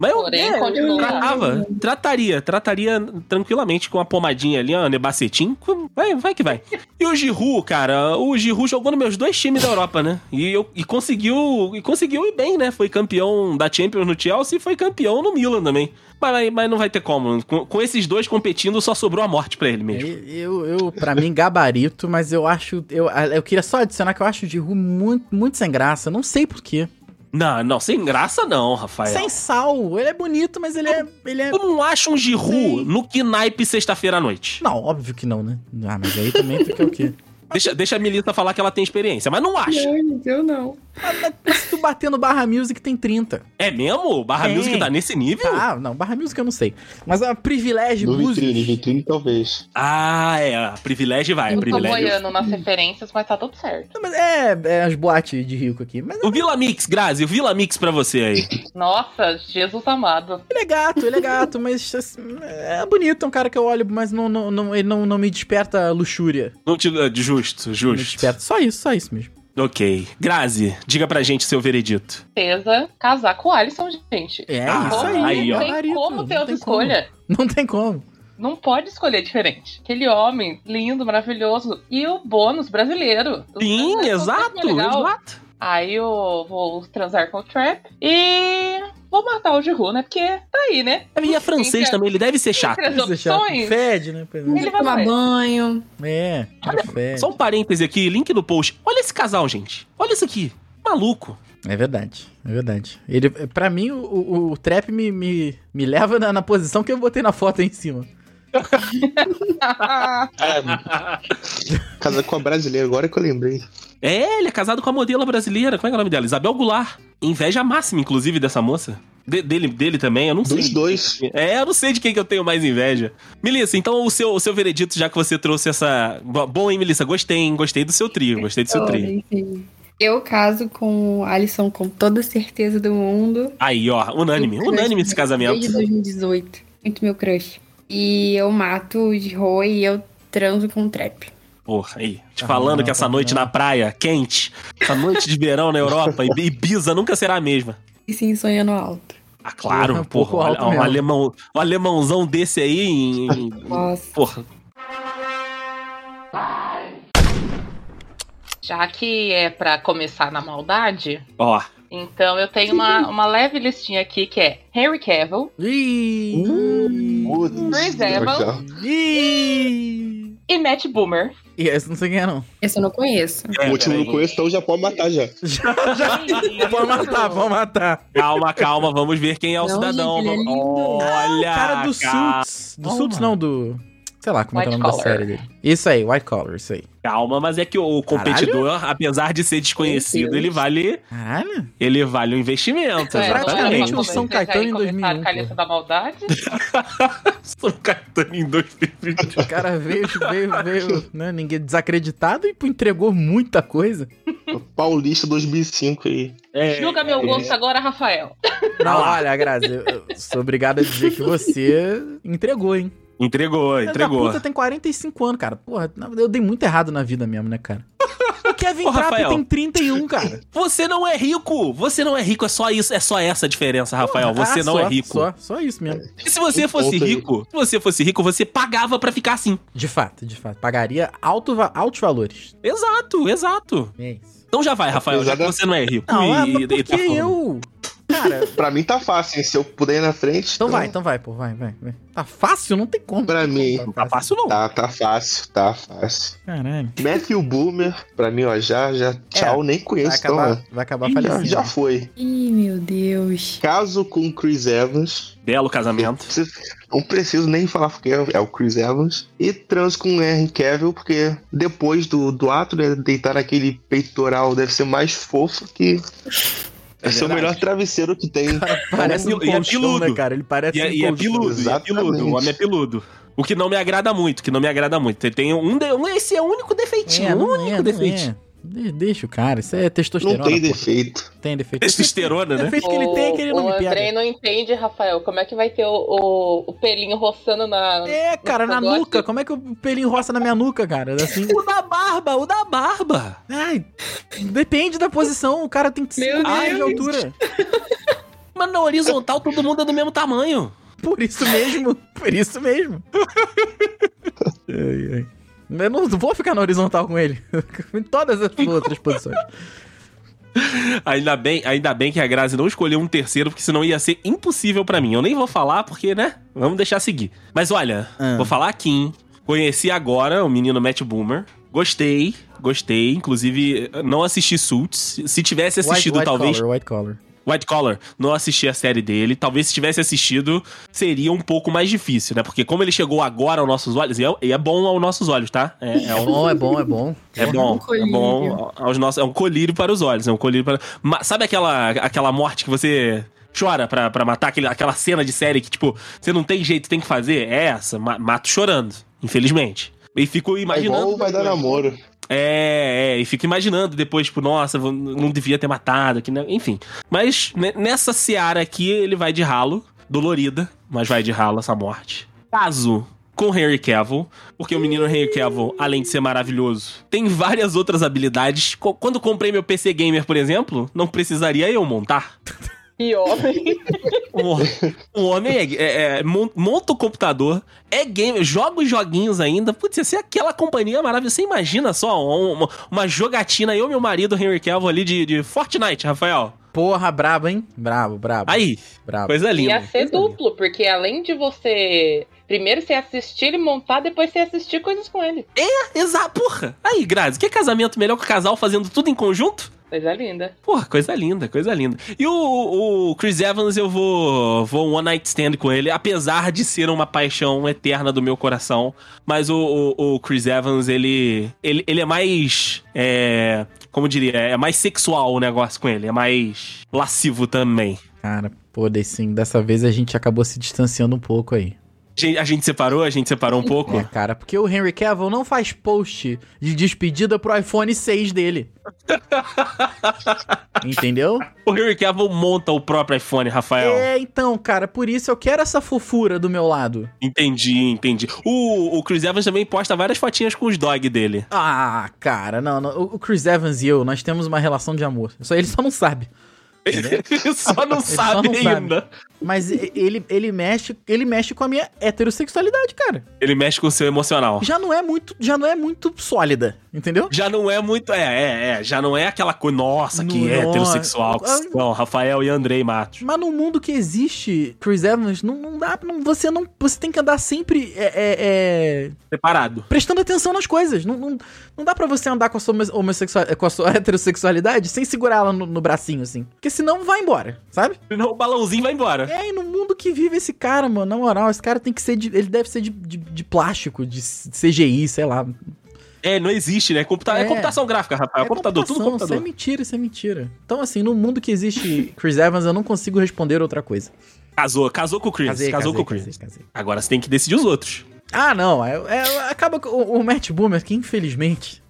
Mas eu,
Porém,
é, eu
continua.
tratava, trataria, trataria tranquilamente com uma pomadinha ali, uma nebacetim. Vai, vai que vai. E o Giroud, cara, o Giroud jogou nos meus dois times da Europa, né? E, eu, e conseguiu e conseguiu ir bem, né? Foi campeão da Champions no Chelsea e foi campeão no Milan também. Mas, mas- mas não vai ter como. Com, com esses dois competindo, só sobrou a morte pra ele mesmo.
É, Eu, eu, pra mim, gabarito, mas eu acho. Eu, eu queria só adicionar que eu acho o Giru muito, muito sem graça. Não sei porquê.
Não, não, sem graça não, Rafael.
Sem sal. Ele é bonito, mas ele é. Ele é...
Eu não acho um Giroud
Sim.
no Knaipe sexta-feira à noite.
Não, óbvio que não, né? Ah, mas aí também fica o quê?
Deixa, deixa a Milita falar que ela tem experiência, mas não acho.
Não, eu não.
Ah, Se tu bater no Barra Music, tem 30.
É mesmo? Barra
Tem.
Music tá nesse nível?
Ah, não, Barra Music eu não sei. Mas é um privilégio
No vitrine,
músico.
vitrine talvez.
Ah, é. Privilégio vai,
eu tô
privilégio.
boiando nas referências, mas tá tudo certo.
Não, mas É, é as boates de rico aqui. Mas
O Vila Mix, Grazi, o Vila Mix pra você aí.
Nossa, Jesus amado.
ele é gato, ele é gato, mas assim, é bonito, é um cara que eu olho, mas não, não, não- ele não, não me desperta luxúria.
Não te, eh, justo,
Não Me
justo.
desperta. Só isso, só isso mesmo.
Ok. Grazi, diga pra gente seu veredito.
Certeza, casar com o Alisson, gente.
É
Ah,
isso aí.
Como?
aí, ó.
não tem
gabarito,
como ter
não tem
outra
como.
escolha.
Não tem como.
Não pode escolher diferente. Aquele homem lindo, maravilhoso. E o bônus brasileiro. O
Sim,
brasileiro
exato,
é legal.
exato.
Aí eu vou transar com o Trap e vou matar o Giroud, né? Porque tá aí, né?
E é francês
Fica-
também, ele deve ser chato.
Entre as
Isso é chato.
opções,
Fede, né? Pois é.
Ele vai
Tomar
morrer.
banho.
É, cara fede.
Só um parêntese aqui, link no post. Olha esse casal, gente. Olha isso aqui. Maluco.
É verdade, é verdade. Ele, pra mim, o, o, o trap me, me, me leva na, na posição que eu botei na foto aí em cima.
Ah, casar com a brasileira, agora que eu lembrei.
É, ele é casado com a modelo brasileira. Como é que é o nome dela? Isabel Goulart. Inveja máxima, inclusive, dessa moça. De- dele, dele também, eu não sei.
Dos dois.
É, eu não sei de quem que eu tenho mais inveja. Melissa, então o seu, o seu veredito, já que você trouxe essa. Bo- Bom, hein, Melissa? Gostei, hein? Gostei do seu trio, gostei do seu trio.
Enfim. Eu caso com o Alisson com toda certeza do mundo.
Aí, ó, unânime. Unânime esse
Desde
casamento.
2018. Muito meu crush. E eu mato o de Roy e eu transo com o Trap.
Porra, aí. Te
Tá
falando
arrumando,
que essa
tá
noite na
arrumando.
praia, quente, essa noite de verão na Europa, Ibi- Ibiza nunca será a mesma.
E sim, sonhando alto.
Ah, claro,
Porra, um
porra.
pouco
um-
alto
um,
mesmo.
alemão, um alemãozão desse aí em. em-
Nossa.
porra.
Já que é pra começar na maldade,
Ó.
então eu tenho uma, uma leve listinha aqui que é Henry Cavill,
Ih!
Putz,
Chris Evans.
legal.
Ih!
e Matt Boomer.
E esse não sei quem é, não.
Esse eu não conheço.
O último
peraí.
não conheço, então já pode matar já.
Vou matar, vou matar.
Calma, calma, vamos ver quem é o
Não,
cidadão.
gente, ele é
Vamos-
lindo.
Olha!
Ah, O cara do
calma,
Suits. Do Suits, não, do. Sei lá como é que é o
White
nome da
Collar.
série dele. Isso aí, White Collar, isso aí.
Calma, mas é que o competidor, apesar de ser desconhecido,
Meu Deus.
ele vale,
Caralho?
ele vale um investimento.
É,
praticamente
não
um
é
exatamente.
São
momento de
Caetano em
começar
2001,
com a lista da maldade.
São Caetano em 2020.
O cara veio, veio, veio, né? Ninguém desacreditado e pô, entregou muita coisa.
Paulista 2005 aí.
É,
Julga meu gosto agora, Rafael.
Não, olha, Grazi, eu eu sou obrigado a dizer que você entregou, hein?
entregou,
Filha da
entregou.
puta tem 45 anos, cara. Porra, na- eu dei muito errado na vida mesmo, né, cara? O Kevin
Ô,
Trapp
Rafael.
tem 31, cara.
Você não é rico! Você não é rico, é só isso, é só essa a diferença, Rafael.
Porra,
Você
ah,
não
só,
é rico.
Só, só isso mesmo.
E se você
Um
fosse
ponto aí.
rico, se você fosse rico, você pagava pra ficar assim.
De fato, de fato. Pagaria alto va- altos valores.
Exato, exato.
É isso.
Então já vai, Rafael, já que
Apesar da-
você não é rico.
Não, é mas por
tá
que
falando.
eu... Cara,
Pra mim tá fácil, hein? Se eu puder ir na frente.
então vai, então vai, pô, vai, vai. vai. Tá fácil? Não tem como.
Pra mim.
Tá fácil não.
Tá, tá fácil, tá fácil.
Caralho.
Matthew Boomer, pra mim, ó, já, já, tchau, nem
É, Vai
conheço, então,
acabar,
mano.
vai acabar
Já,
falecendo.
já foi.
Ih, meu Deus.
Caso com Chris Evans.
Belo
Não
casamento.
preciso, não preciso nem falar porque é é o Chris Evans. E trans com Henry Cavill, porque depois do, do ato, né, deitar naquele peitoral deve ser mais fofo que. Esse é o
verdade.
melhor travesseiro que tem.
Parece um
E é
colchão, né,
peludo.
cara? Ele parece
E é,
um
e é
colchão.
peludo, e é peludo. O homem é
Exatamente.
peludo. O que não me agrada muito, o que não me agrada muito. Ele Tem um, de- um- esse é o único defeitinho,
É,
o
não é,
único
não
defeito.
é. De- Deixa o cara, isso é testosterona.
Não tem
pô.
defeito. É
Tem defeito.
Testosterona,
O
né?
defeito que ele tem é que ele não
o
me
Andrei
pega.
não entende, Rafael. Como é que vai ter o, o- o pelinho roçando na.
É, cara, na
Gosto.
nuca. Como é que o pelinho roça na minha nuca, cara? Assim.
O da barba, o da barba.
Ai, depende da posição. O cara tem que
Meu
metros de
Deus.
altura.
Mas na horizontal todo mundo é do mesmo tamanho.
Por isso mesmo. Por isso mesmo. Ai, ai. Eu não vou ficar na horizontal com ele. em todas as outras posições.
Ainda bem, ainda bem que a Grazi não escolheu um terceiro, porque senão ia ser impossível pra mim. Eu nem vou falar, porque, né? Vamos deixar seguir. Mas olha,
Ah.
vou falar aqui, hein? Conheci agora o menino Matt Boomer. Gostei, gostei. Inclusive, não assisti Suits. Se tivesse assistido,
white, white
talvez.
Collar, white collar.
White Collar, não assisti a série dele. Talvez se tivesse assistido, seria um pouco mais difícil, né? Porque como ele chegou agora aos nossos olhos, e é, e é bom aos nossos olhos, tá? É, é
É
um-
bom, é bom, é bom.
é bom,
Um
é bom aos nossos, é um colírio para os olhos, é um colírio para. Ma- sabe aquela aquela morte que você chora pra, pra matar aquele, aquela cena de série que tipo você não tem jeito, tem que fazer? É essa, ma- mato chorando, infelizmente. E fico
É
imaginando.
igual o vai dar namoro.
É, é, e fico imaginando depois, tipo, nossa, vou- não devia ter matado, que, né? enfim. Mas ne- nessa seara aqui, ele vai de ralo, dolorida, mas vai de ralo essa morte. Caso com Henry Cavill, porque o menino Henry Cavill, além de ser maravilhoso, tem várias outras habilidades. Co- Quando comprei meu PC Gamer, por exemplo, não precisaria eu montar.
Pior.
Um, hom- um homem é, é- é- mon- monta o computador, é gamer, joga os joguinhos ainda. Putz, ia ser aquela companhia maravilhosa. Você imagina só um- uma, uma jogatina, eu e meu marido, Henry Cavill, ali de, de Fortnite, Rafael.
Porra, brabo, hein? Brabo, brabo.
Aí,
brabo.
coisa linda.
Ia ser
coisa linda.
duplo, porque além de você. Primeiro você assistir e montar, depois você assistir coisas com ele.
Exato, porra. Aí, Grazi, que casamento melhor que o casal fazendo tudo em conjunto?
Coisa linda.
Porra, coisa linda, coisa linda. E o, o Chris Evans, eu vou, vou um one night stand com ele, apesar de ser uma paixão eterna do meu coração. Mas o, o- o Chris Evans, ele, ele, ele é mais. É, como eu diria? É mais sexual o negócio com ele, é mais lascivo também.
Cara, pô, sim, dessa vez a gente acabou se distanciando um pouco aí.
A gente- A gente separou, a gente separou um pouco.
É, cara, porque o Henry Cavill não faz post de despedida pro iPhone 6 dele. Entendeu?
O Henry Cavill monta o próprio iPhone, Rafael.
É, então, cara, por isso eu quero essa fofura do meu lado.
Entendi, entendi. O, o Chris Evans também posta várias fotinhas com os dog dele.
Ah, cara, não, não, o Chris Evans e eu, nós temos uma relação de amor. Só ele só não sabe.
É. Ele só não
só
sabe
não sabe.
ainda.
Mas e- ele, ele mexe, ele mexe com a minha heterossexualidade, cara.
Ele mexe com o seu emocional.
Já não é muito, já não é muito sólida, entendeu?
Já não é muito. É, é, é. Já não é aquela coisa. Nossa, que
Não,
heterossexual.
não.
que Não, Rafael e Andrei Matos.
Mas no mundo que existe, Chris Evans, não, não dá, não- você não, você tem que andar sempre é, é, é,
Separado.
prestando atenção nas coisas. Não, não, não dá pra você andar com a sua, homo- homossexual, com a sua heterossexualidade sem segurar ela no, no bracinho, assim. Porque senão vai embora, sabe?
Senão o balãozinho vai embora.
É, e no mundo que vive esse cara, mano, na moral, esse cara tem que ser de, Ele deve ser de, de, de plástico, de CGI, sei lá.
É, não existe, né? Computa é.
É.
computação gráfica, Rafael. É computador, tudo
computação, Isso é
computador.
mentira, isso é mentira. Então, assim, no mundo que existe Chris Evans, eu não consigo responder outra coisa.
Casou, casou com o Chris. casou com o Chris.
é casei, casei.
Agora você tem que decidir os outros.
Ah, não. É, é- acaba com o, o Matt Boomer, que infelizmente.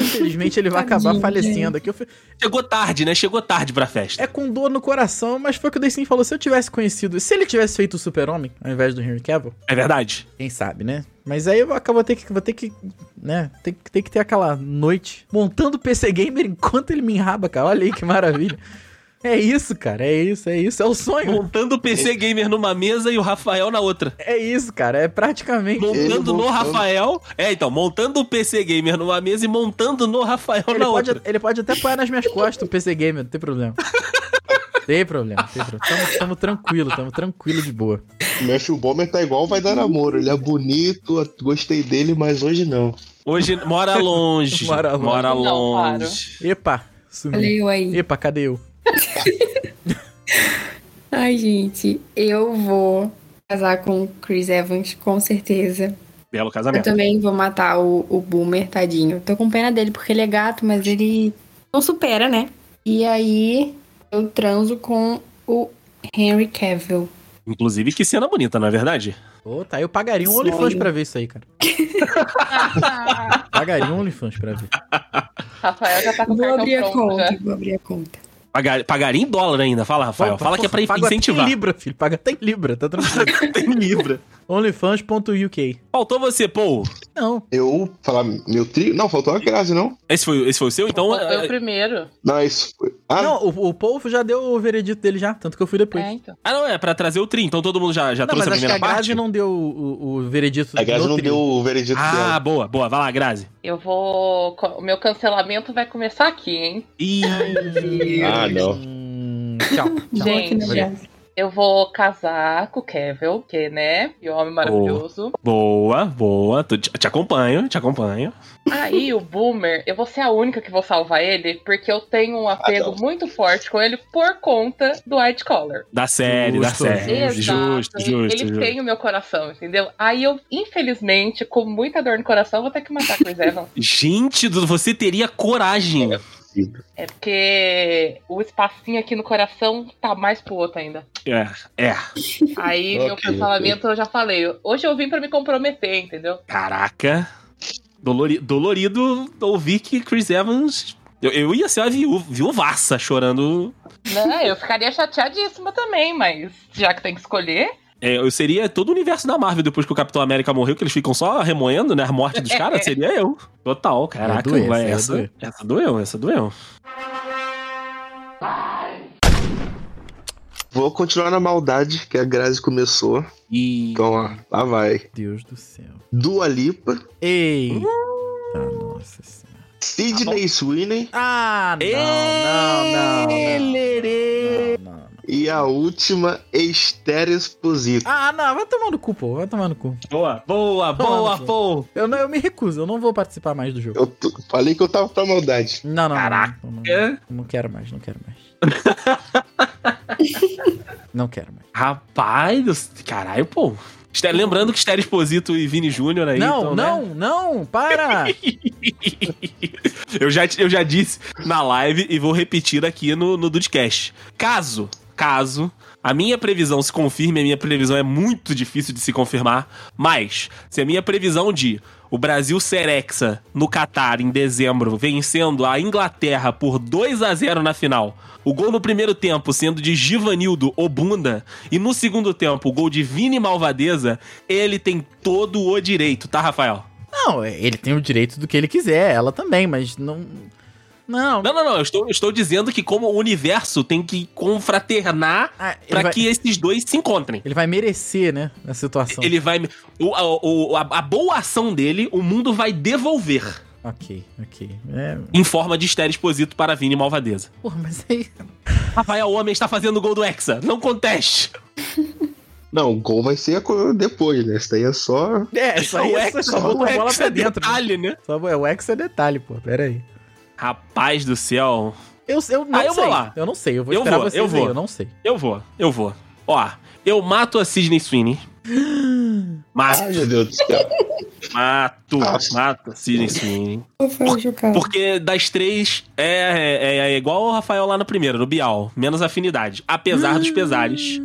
Infelizmente ele vai acabar
Tadinho,
falecendo aqui. Eu fi-
Chegou tarde, né? Chegou tarde pra festa.
É com dor no coração, mas foi o que o Deicin falou. Se eu tivesse conhecido. Se ele tivesse feito o Super-Homem ao invés do Henry Cavill,
É verdade?
quem sabe, né? Mas aí eu acabo ter que. Vou ter que. Né? Tem, que- tem que ter aquela noite montando PC Gamer enquanto ele me enraba, cara. Olha aí que maravilha. É isso, cara. É isso, é isso. É o sonho.
Montando o
É.
PC Gamer numa mesa e o Rafael na outra.
É isso, cara. É praticamente.
Ele
Montando no
montando.
Rafael. É, então, montando o PC Gamer numa mesa e montando no Rafael
Ele
na
pode,
outra.
ele pode até apoiar nas minhas costas o PC Gamer, não tem problema. tem problema, tem problema. Tamo, tamo tranquilo, tamo tranquilo de boa.
Matthew Bomber tá igual vai dar namoro. Ele é bonito, eu gostei dele, mas hoje não.
Hoje mora longe.
Mora
mora
longe.
longe.
Não, claro.
Epa, sumi.
Valeu aí.
Epa, cadê eu?
Ai, gente, eu vou casar com o Chris Evans, com certeza.
Belo
Eu
casamento.
também vou matar o, o Boomer, tadinho. Tô com pena dele porque ele é gato, mas ele não supera, né? E aí eu transo com o Henry Cavill.
Inclusive, que cena bonita, não é verdade?
Ô, tá, eu pagaria um
Sonho.
OnlyFans pra ver isso aí, cara.
Ah,
Pagaria um OnlyFans pra ver.
Rafael já tá com o
Vou abrir
cartão
a
pronto já.
conta, vou abrir a conta.
Pagar, pagaria em dólar ainda. Fala, Rafael.
Pô,
Fala que é pra
paga até em
incentivar.
Libra, filho. Paga até em Libra, tá tranquilo.
Tem Libra.
OnlyFans.uk.
Faltou você, Paul.
Não,
Eu falar meu trio. Não, faltou a Grazi, não?
Esse foi, esse foi o seu? Então,
Foi o
é-
primeiro.
Não, isso foi. Ah,
não, o, o povo já deu o veredito dele já, tanto que eu fui depois.
É, então.
Ah, não, é pra trazer o tri. Então todo mundo já, já
Não, mas
trouxe a
acho que
primeira
a Grazi
parte?
não deu o, o veredito
a Grazi
no
não
trio.
deu o veredito
Ah,
dela.
boa, boa. Vai lá, Grazi.
Eu vou. co- O meu cancelamento vai começar aqui, hein?
Ih,
Ah, não.
Hum, tchau. tchau.
Tô aqui na
Gente,
Grazi.
eu vou casar com o Kevin, que né? Que homem maravilhoso.
Oh. boa, boa. Tu- Te, te acompanho, te acompanho.
Aí o Boomer, eu vou ser a única que vou salvar ele, porque eu tenho um apego
não.
muito forte com ele por conta do White Collar.
Da série, da
Justo,
série.
Exato.
Justo, justo,
Ele
justo.
tem o meu coração, entendeu? Aí eu, infelizmente, com muita dor no coração, vou ter que matar Chris Evans.
Gente, Dudu, você teria coragem.
É porque o espacinho aqui no coração tá mais pro outro ainda.
É, é.
Aí meu
Ok,
cancelamento eu já falei. Hoje eu vim pra me comprometer, entendeu?
Caraca. Dolori- dolorido ouvir que Chris Evans. Eu, eu ia ser uma viú- viúvaça chorando.
Não, eu ficaria chateadíssima também, mas já que tem que escolher.
É, eu seria todo o universo da Marvel depois que o Capitão América morreu, que eles ficam só remoendo, né? A morte dos caras, seria eu. Total, caraca.
doer,
vai,
essa ia
essa,
doer.
essa, doeu, essa doeu.
Vou continuar na maldade que a Grazi começou.
E.
Então, ó, lá vai.
Deus do céu.
Dua Lipa,
Ei. Tá, nossa senhora.
Sidney Sweeney
Ah, não, não, não,
Elerê.
não, não, não.
e a última, Esther Exposito.
Ah, não, vai tomar no cu, pô, vai tomar no cu.
Boa, boa, boa, pô.
Eu, não, eu me recuso, eu não vou participar mais do jogo.
Eu t- falei que eu tava pra maldade.
Não, não, não,
Caraca.
Não, não, não, não quero mais, não quero mais. não quero mais.
Rapaz, do- caralho, pô. Está- Lembrando que Estéreo Exposito e Vini Júnior aí.
não,
então, né?
não, não, para!
Eu já, eu já disse na live e vou repetir aqui no, no Dudcast. Caso, caso a minha previsão se confirme, a minha previsão é muito difícil de se confirmar, mas se a minha previsão de o Brasil ser hexa no Catar em dezembro, vencendo a Inglaterra por 2 a 0 na final, o gol no primeiro tempo sendo de Givanildo Obunda e no segundo tempo o gol de Vini Malvadeza, ele tem todo o direito, tá, Rafael?
Não, ele tem o direito do que ele quiser, ela também, mas não. Não,
Não, não, não. Eu estou, eu estou dizendo que como o universo tem que confraternar
Ah, ele
pra
vai-
que esses dois se encontrem.
Ele vai merecer, né? A situação.
Ele vai. o- a, o- a- a boa ação dele, o mundo vai devolver
Ok, ok. É...
em forma de estéreo exposito para Vini Malvadeza.
Porra, mas é aí.
Rafael Homem está fazendo o gol do Hexa. Não conteste.
Não, o gol vai ser co- depois, né? Isso daí é só.
É, só
o
isso.
Hexa
Só
o
botou a bola
Hexa
pra dentro. né?
Detalhe, né?
Só, é, o ex é detalhe, pô. Pera aí.
Rapaz do céu.
Eu, eu não
Ah, eu
sei.
vou lá.
Eu não sei. Eu vou
Eu
esperar
vou,
vocês
eu vou.
aí. Eu não sei.
Eu vou, eu vou. Ó, eu mato a Sidney Sweeney. Mato,
Ai, Ah, meu Deus do céu.
mato,
Ah.
mato a Sidney Sweeney.
Qual foi o Jucão?
Porque das três é, é- é igual o Rafael lá no primeiro, no Bial. Menos afinidade. Apesar dos pesares,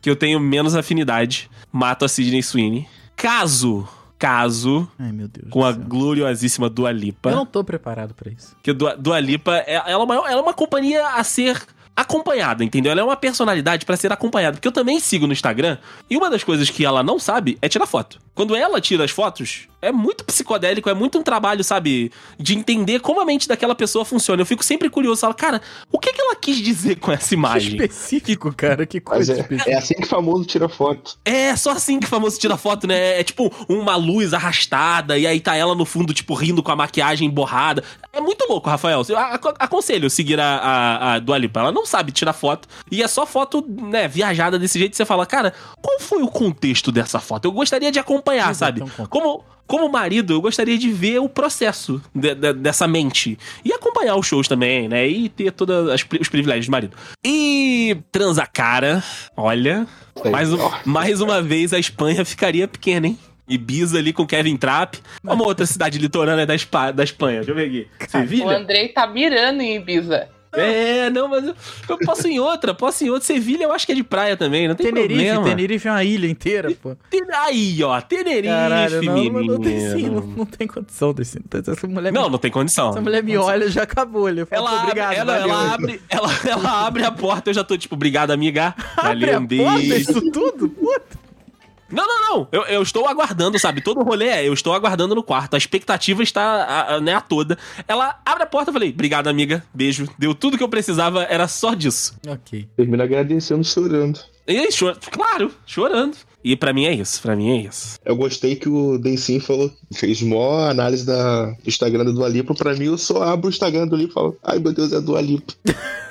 que eu tenho menos afinidade, mato a Sidney Sweeney. caso, caso
Ai, meu Deus.
com
do
a
céu.
gloriosíssima Dua Lipa.
Eu não tô preparado pra isso.
Porque Dua, Dua Lipa, é- ela é, uma, ela é uma companhia a ser acompanhada, entendeu? Ela é uma personalidade pra ser acompanhada. Porque eu também sigo no Instagram. E uma das coisas que ela não sabe é tirar foto. Quando ela tira as fotos, é muito psicodélico, é muito um trabalho, sabe? De entender como a mente daquela pessoa funciona. Eu fico sempre curioso. Falo, cara, o que, que ela quis dizer com essa
Que
imagem?
específico, cara. Que
Mas
coisa
é,
específica.
é assim que famoso tira foto.
É, só assim que famoso tira foto, né? É tipo uma luz arrastada e aí tá ela no fundo, tipo, rindo com a maquiagem borrada. É muito louco, Rafael. Eu a- a- aconselho seguir a, a, a Dua Lipa. Ela não sabe tirar foto e é só foto, né, viajada desse jeito. Você fala, cara, qual foi o contexto dessa foto? Eu gostaria de acompanhar,
Exato,
sabe?
é um contexto.
Como, como marido, eu gostaria de ver o processo de- de- dessa mente. E acompanhar os shows também, né? E ter todos os privilégios de marido. E transa cara, olha. Mais, um- mais uma vez a Espanha ficaria pequena, hein? Ibiza ali com Kevin Trapp. É Uma outra cidade litorânea da, Espa- da Espanha. Deixa eu ver aqui.
O
Sevilha?
Andrei tá mirando em Ibiza.
É, não, mas eu, eu posso em outra, posso em outra. Sevilha eu acho que é de praia também, não tem
Tenerife,
problema.
Tenerife é uma ilha inteira, pô.
Ten- Aí, ó, Tenerife,
Caralho, não,
menino.
não, não tem sim, não, não tem condição desse. Essa mulher,
Não,
me,
não tem condição.
essa mulher me olha já acabou. Eu falo,
Ela,
pô,
abre,
obrigado,
ela,
valeu.
ela, abre, ela, ela abre a porta, eu já tô tipo, obrigado, amiga.
Abre
Valeu,
a
um
porta,
beijo.
isso tudo? Puta.
Não, não, não. Eu, eu estou aguardando, sabe? Todo rolê é, eu estou aguardando no quarto. A expectativa está a, a, né, a toda. Ela abre a porta e falei, obrigado, amiga. Beijo. Deu tudo que eu precisava, era só disso.
Ok.
Termina agradecendo, chorando.
E aí, chor... claro, chorando. E pra mim é isso, pra mim é isso.
Eu gostei que o Densim falou, fez mó análise da, do Instagram da Dua Lipa. Pra mim, eu só abro o Instagram do Lipa e falo, ai meu Deus, é a Dua Lipa.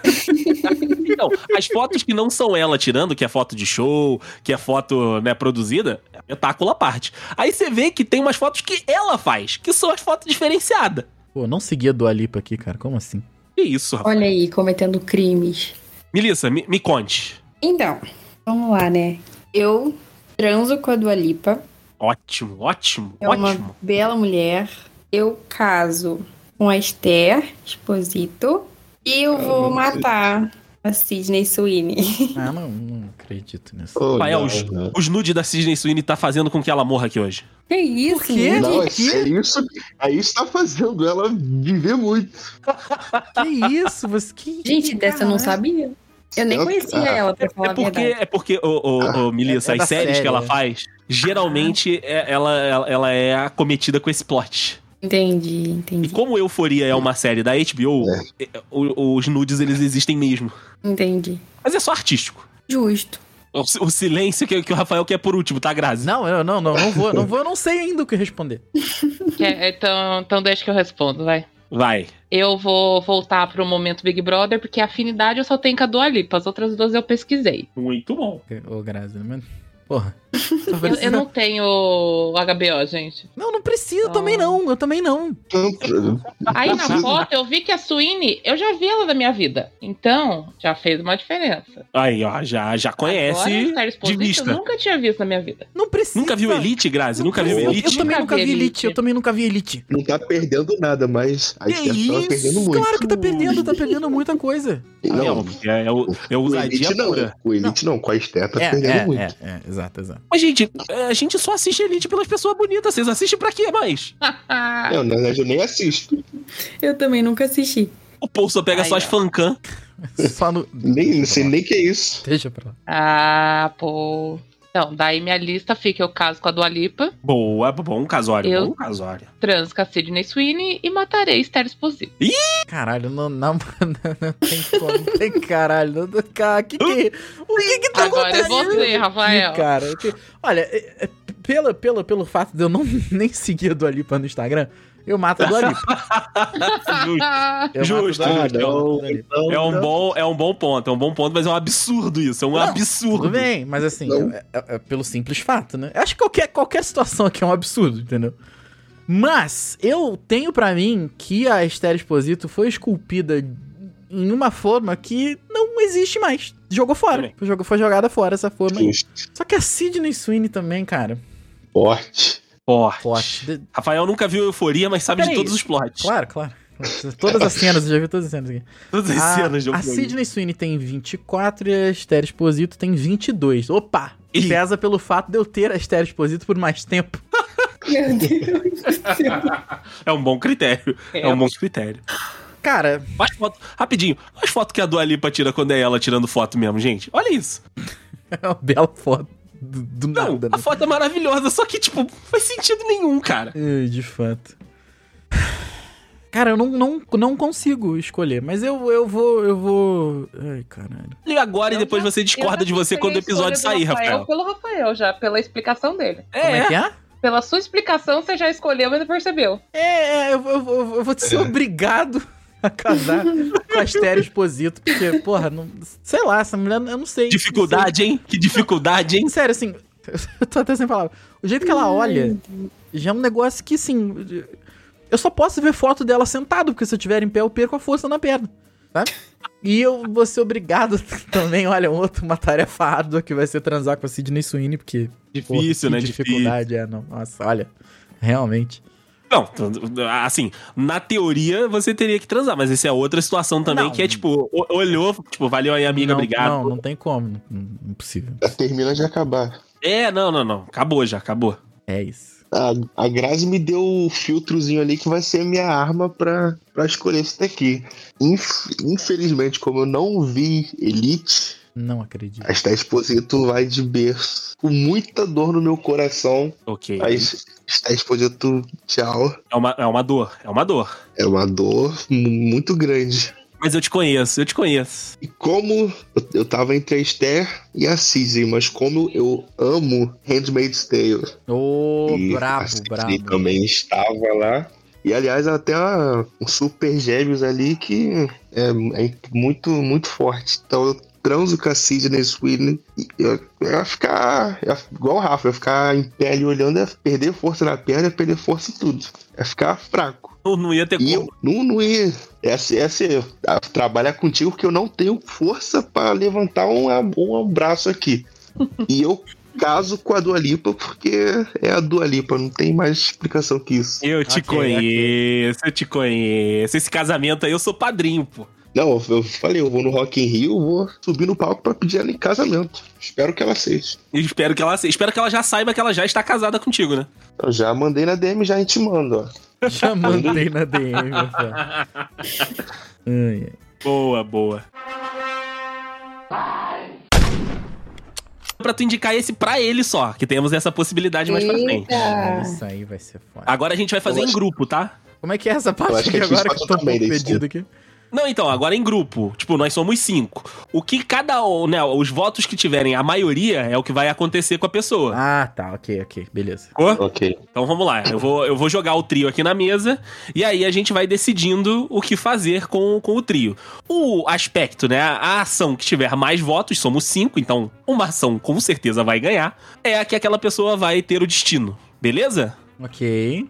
Então, as fotos que não são ela tirando, que é foto de show, que é foto, né, produzida, é espetáculo à parte. Aí você vê que tem umas fotos que ela faz, que são as fotos diferenciadas.
Pô, não seguia do Alipa aqui, cara. Como assim?
Que isso, rapaz.
Olha aí, cometendo crimes.
Melissa, me, me conte.
Então, vamos lá, né? Eu transo com a Dua Lipa.
Ótimo, ótimo,
É
ótimo.
uma bela mulher. Eu caso com a Esther, esposito. E eu vou matar a Sidney Sweeney.
Ah, não, não acredito nisso.
Oh,
Rafael,
não,
os,
não.
os nude da Sidney Sweeney tá fazendo com que ela morra aqui hoje.
Que isso,
quê?
gente?
Não, é,
que-
é isso, é isso que tá fazendo ela viver muito.
Que isso? Você que.
Gente, dessa eu não
Caralho.
sabia. Eu nem
Eu-
conhecia
ah.
ela,
É,
pra falar a
porque,
verdade.
é porque ô, ô, ô, Melissa,
é- é da
as séries
série,
que
né?
ela
é.
faz, geralmente é- ela, ela, ela é acometida com esse plot.
Entendi,
E
entendi.
como Euforia é uma série da HBO, é, o- os nudes eles existem mesmo.
Entendi.
Mas é só artístico.
Justo.
O, si- o silêncio que, que o Rafael quer por último, tá, Grazi?
Não, eu não, não, não vou, não vou, eu não sei ainda o que responder.
Quer- então, então deixa que eu respondo, vai.
Vai.
Eu vou voltar pro momento Big Brother, porque a afinidade eu só tenho com a Dua Lipa. As outras duas eu pesquisei.
Muito bom.
Ô, Grazi, mas. Porra. Só
Eu,
precisa-
eu não tenho HBO, gente.
Não, não precisa, eu também não, eu também não.
Tanto-
Aí na
Precisa.
foto eu vi que a Sweeney, eu já vi ela da minha vida. Então, já fez uma diferença.
Aí, ó, já, já conhece
Agora,
de
de eu
vista.
nunca tinha visto na minha vida.
Não precisa.
Nunca viu Elite, Grazi? Nunca viu
precisa.
Elite?
Eu também nunca vi Elite,
Elite.
eu também nunca vi Elite.
Não tá perdendo nada, mas a
Que
Esther tava perdendo
isso?
muito.
Claro que tá perdendo, tá perdendo muita coisa.
Não,
é, é, o- é
com
ousadia
Elite não. né?
pura.
Com Elite não, com a Esther tá perdendo muito.
é, é, exato, exato.
Mas, gente, é, a gente só assiste Elite pelas pessoas bonitas. Vocês assistem pra quê mais?
Não, na verdade eu nem assisto.
Eu também nunca assisti.
O povo só pega
Ai,
só
é.
as
ó.
fancam.
Só no.
Nem, não sei nem que é isso.
Deixa pra lá.
ah, pô. Então, daí minha lista fica eu caso com a Dua Lipa,
Boa, bom casório,
Eu-
bom casório.
trans com a Sidney Sweeney e matarei Esther Exposito.
Caralho, não, não, não, não tem como. Não tem caralho. Não, não- cara, que que, o que que tá
Agora é
acontecendo?
você, Rafael.
Ih, Cara, que- olha, é- é- pela, pela, pelo fato de eu não, nem seguir a Dua Lipa no Instagram, eu mato a Dua Lipa.
Justo.
Eu
Justo,
mato a Dua Lipa, eu
justo.
mato a Dua Lipa.
Não,
É um,
não.
bom, é um bom ponto, é um bom ponto, mas é um absurdo isso, é um
Não,
absurdo.
Tudo bem, mas assim,
Não.
é- é- é pelo simples fato, né? Eu acho que qualquer, qualquer situação aqui é um absurdo, entendeu? Mas eu tenho pra mim que a Esther Exposito foi esculpida em uma forma que não existe mais. Jogou fora.
Também.
Foi, jogou- foi jogada fora essa forma. aí.
Justo.
Só que a Sidney Sweeney também, cara.
Forte.
Forte.
Forte. De-
Rafael nunca viu Euforia, mas sabe de
Peraí.
todos os plots.
Claro, claro. Todas as cenas, eu já vi todas as cenas aqui.
Todas as
A,
cenas de
Ah, a
Oprah.
Sidney Sweeney tem 24 e a Esther Exposito tem 22. Opa!
Ih.
Pesa pelo fato de eu ter a Esther Exposito por mais tempo.
Meu Deus do céu.
É um bom critério. É, um bom critério.
Cara,
As foto, rapidinho, as fotos que a Dua Lipa tira quando é ela tirando foto mesmo, gente. Olha isso.
é uma bela foto do, do
Não,
nada, né?
a foto é maravilhosa, só que, tipo, não faz sentido nenhum, cara.
Ai, De fato. Cara, eu não, não, não consigo escolher, mas eu, eu vou. Eu vou. Ai, caralho.
E agora e
Eu
depois
já-
você discorda de você quando o episódio sair, Rafael.
Pelo Rafael já, pela explicação dele.
Como é que é?
Pela sua explicação, você já escolheu, mas não percebeu.
É, é, eu, vou- eu vou- eu vou te ser obrigado a casar com a Estéreo Exposito, porque, porra, não, sei lá, essa mulher, eu não sei.
Dificuldade, hein? Que dificuldade, hein?
Não sei. Sério, assim, eu tô até sem palavras. O jeito que ela olha já é um negócio que, assim, eu só posso ver foto dela sentado, porque se eu tiver em pé, eu perco a força na perna, sabe? E eu vou ser obrigado também, olha, outra, uma tarefa árdua que vai ser transar com a Sidney Sweeney, porque, porra,
Difícil,
que
né? Difícil.
dificuldade é, não. Nossa, olha, realmente.
Não, t- t- assim, na teoria você teria que transar, mas essa é outra situação também
Não.
que é tipo, o- olhou, tipo, valeu aí, amiga,
não,
obrigado.
Não, não tem como, não- impossível.
Já termina de acabar.
É, não, não, não. Acabou já, acabou.
É isso.
A, a Grazi me deu o filtrozinho ali que vai ser a minha arma pra, pra escolher esse daqui. Inf- infelizmente, como eu não vi Elite,
Não acredito.
a Sté Exposito vai de berço. Com muita dor no meu coração,
Ok.
mas Sté Exposito, tchau.
É, uma, é uma dor, é uma dor.
É uma dor mu- muito grande.
Mas eu te conheço, eu te conheço.
E como eu- eu tava entre a Esther e a Cizzy, mas como eu amo Handmaid's Tale.
Ô,
e a
brabo,
Cizzy
brabo.
também estava lá. E aliás, até a- um Super Gêmeos ali que é, é muito, muito forte. Então eu transo com a Sidney Sweeney. e Eu, eu ia ficar. eu ia- igual o Rafa, eu ia ficar em pé ali olhando, ia perder força na perna, ia perder força em tudo. Ia ficar fraco.
Não, não ia ter
E
como.
eu não, não ia. Essa, essa eu a- trabalhar contigo porque eu não tenho força pra levantar um, a- um braço aqui. E eu caso com a Dua Lipa porque é a Dua Lipa, não tem mais explicação que isso.
Eu te
Ok,
conheço, eu te conheço. Esse casamento aí eu sou padrinho, pô.
Não, eu- eu falei, eu vou no Rock in Rio, eu vou subir no palco pra pedir ela em casamento. Espero que ela aceite.
Eu espero que ela espero que ela já saiba que ela já está casada contigo, né?
Eu já mandei na DM, já intimando, ó. Tá
Já mandei na DM, meu filho. Ai, ai.
Boa, boa. Pra tu indicar esse pra ele só, que temos essa possibilidade mais pra frente.
É.
Caralho,
Eita.
Isso aí vai ser foda.
Agora a gente vai fazer
Eu
em
acho-
grupo, tá?
Como é que é essa
Eu
parte
acho
aqui
que é
agora
difícil
que eu
pra
tô um
tu também,
pouco
Davidson.
perdido aqui?
Não, então, agora em grupo. Tipo, nós somos cinco. O que cada um, né? Os votos que tiverem a maioria é o que vai acontecer com a pessoa.
Ah, tá, ok, ok, beleza.
Ficou?
Ok.
Então vamos lá, eu vou, eu vou jogar o trio aqui na mesa e aí a gente vai decidindo o que fazer com, com o trio. O aspecto, né? A ação que tiver mais votos, somos cinco, então uma ação com certeza vai ganhar, é a que aquela pessoa vai ter o destino, beleza?
Ok.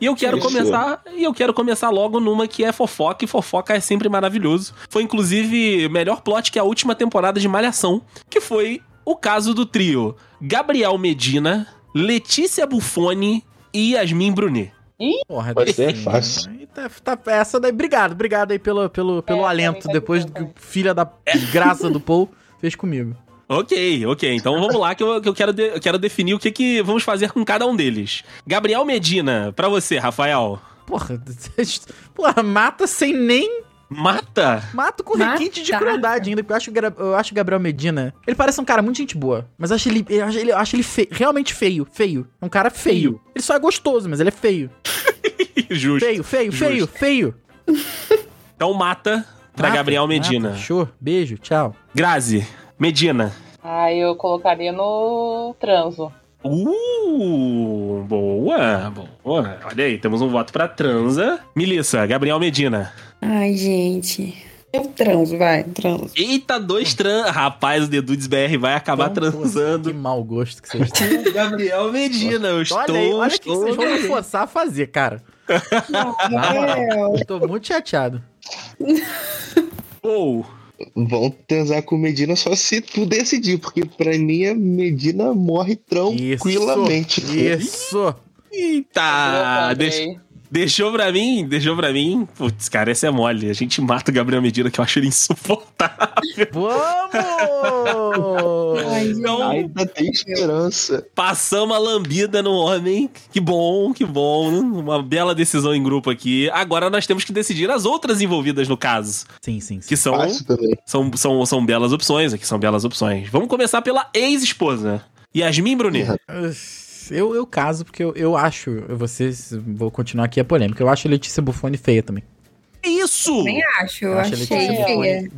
E eu quero
Fechou.
começar, e eu quero começar logo numa que é fofoca, e fofoca é sempre maravilhoso. Foi inclusive melhor plot que a última temporada de Malhação, que foi o caso do trio Gabriel Medina, Letícia Buffoni e Yasmin Brunet.
Porra,
Pode ser,
sim.
fácil.
Aí tá- tá- essa daí, obrigado, obrigado aí pelo, pelo, pelo
É,
alento.
também tá
Depois
bom,
do
também.
que o filha da
É.
desgraça do Paul fez comigo.
Ok, ok. Então vamos lá que eu, que eu quero, de- eu quero definir o que, que vamos fazer com cada um deles. Gabriel Medina, pra você, Rafael.
Porra, porra, mata sem nem
Mata?
Mato com
Matar.
requinte de crueldade ainda, porque eu acho, o Gra- eu acho o Gabriel Medina. Ele parece um cara muito gente boa, mas eu acho ele, eu acho ele, eu acho ele feio, realmente feio. Feio. É um cara feio. Ele só é gostoso, mas ele é feio.
Justo.
Feio, feio, feio, feio.
Então mata pra
Mata,
Gabriel
mata,
Medina.
Show, beijo, tchau.
Grazi, Medina.
Aí Ah, eu colocaria no transo.
Uh, boa, boa. Olha aí, temos um voto pra transa. Melissa, Gabriel Medina.
Ai, gente. Eu transo, vai, transo.
Eita, dois trans. Rapaz, o Dedudes BR vai acabar
Então, Que
transando.
mau gosto que vocês têm.
com o Gabriel Medina, eu estou.
Olha aí, olha o que
estou...
vocês vão me forçar a fazer, cara.
Ah,
Meu.
Eu tô muito chateado.
Uou.
Vão transar com Medina só se tu decidir, porque pra mim a Medina morre
Isso.
tranquilamente.
Isso.
Eita,
Eu
Ah, deixa,
coloquei.
Deixou pra mim, deixou pra mim. Putz, cara, essa é mole. A gente mata o Gabriel Medina, que eu acho ele insuportável.
Vamos!
Ai,
Então-
gente.
Ainda tem esperança.
Passamos a lambida no homem. Que bom, que bom. Uma bela decisão em grupo aqui. Agora nós temos que decidir as outras envolvidas no caso,
Sim, sim, sim.
que são,
Fácil também.
são, são, são belas opções. Aqui são belas opções. Vamos começar pela ex-esposa. Yasmin Brunet.
Uhum. Eu, eu caso, porque eu, eu acho. Eu vou, ser- vou continuar aqui a polêmica. Eu acho a Letícia Bufone feia também.
Isso!
Nem acho, eu
Eu acho a Letícia
achei feia.
Bufone bem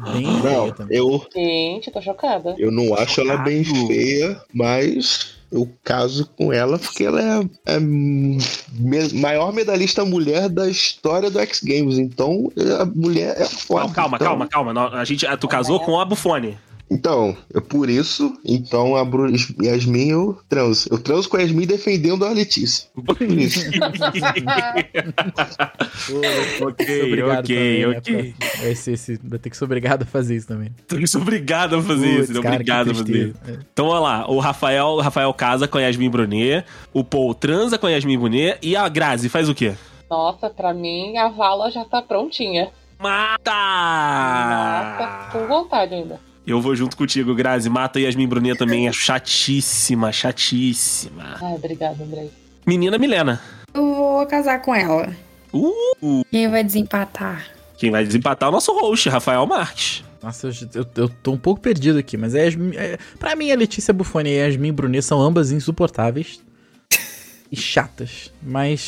feia
Não,
também.
eu,
Gente, eu tô chocada.
eu não acho ela bem
Chocado.
feia, mas eu caso com ela porque ela é a, a me- maior medalhista mulher da história do X Games. Então, a mulher é foda.
Não, calma,
então,
calma, calma. Não, A gente, ah, tu casou com a Bufone.
Então, é por isso, então a Bru- Yasmin eu transo. Eu transo com a Yasmin defendendo a Letícia. É Por isso.
Ah,
ok, ok, ok.
né, Pra, esse, esse, vai ter que ser obrigado a fazer isso também.
Tô- Eu sou é obrigado a fazer
Putz,
isso. né?
cara, que
obrigado a fazer isso.
tristeza. É.
Então, olha lá. O Rafael, o Rafael casa com a Yasmin Brunet. O Paul transa com a Yasmin Brunet. E a Grazi faz o quê?
Nossa, pra mim a vala já tá prontinha. Nossa,
Mata!
com vontade ainda.
Eu vou junto contigo, Grazi. Mata a Yasmin Brunet também. É chatíssima, chatíssima.
Ai, Ah, obrigada, Andrei.
Menina Milena.
Eu vou casar com ela.
Uh!
Quem vai desempatar?
Quem vai desempatar é o nosso host, Rafael Marques.
Nossa, eu, eu- eu tô um pouco perdido aqui, mas a Yasmin, é, pra mim a Letícia Bufone e a Yasmin Brunet são ambas insuportáveis e chatas. Mas.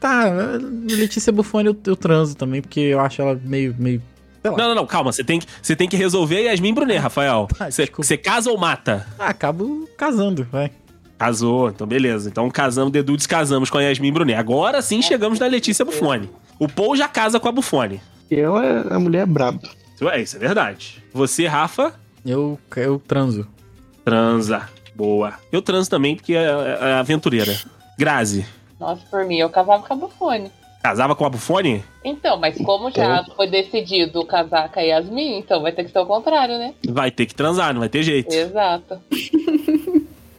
Tá, a Letícia Bufone eu, eu transo também, porque eu acho ela meio. meio Claro.
Não, não, não, calma. Você tem, que- você tem que resolver a Yasmin Brunet, Rafael.
Tá,
Você
desculpa.
você casa ou mata?
ah, acabo casando, vai.
Casou, então beleza. Então casamos, Dedu descasamos com a Yasmin Brunet. Agora
É,
sim chegamos na Letícia Bufone. O Paul já casa com a Bufone.
E ela é a mulher braba.
Isso é, isso é verdade. Você, Rafa,
Eu, eu transo.
transa. Boa. Eu transo também porque é, é- é aventureira. Grazi,
Nossa, por mim, eu casava com a Bufone.
casava com a Bufone?
Então, mas como já foi decidido casar com a Yasmin, então vai ter que ser o contrário, né?
Vai ter que transar, não vai ter jeito.
Exato.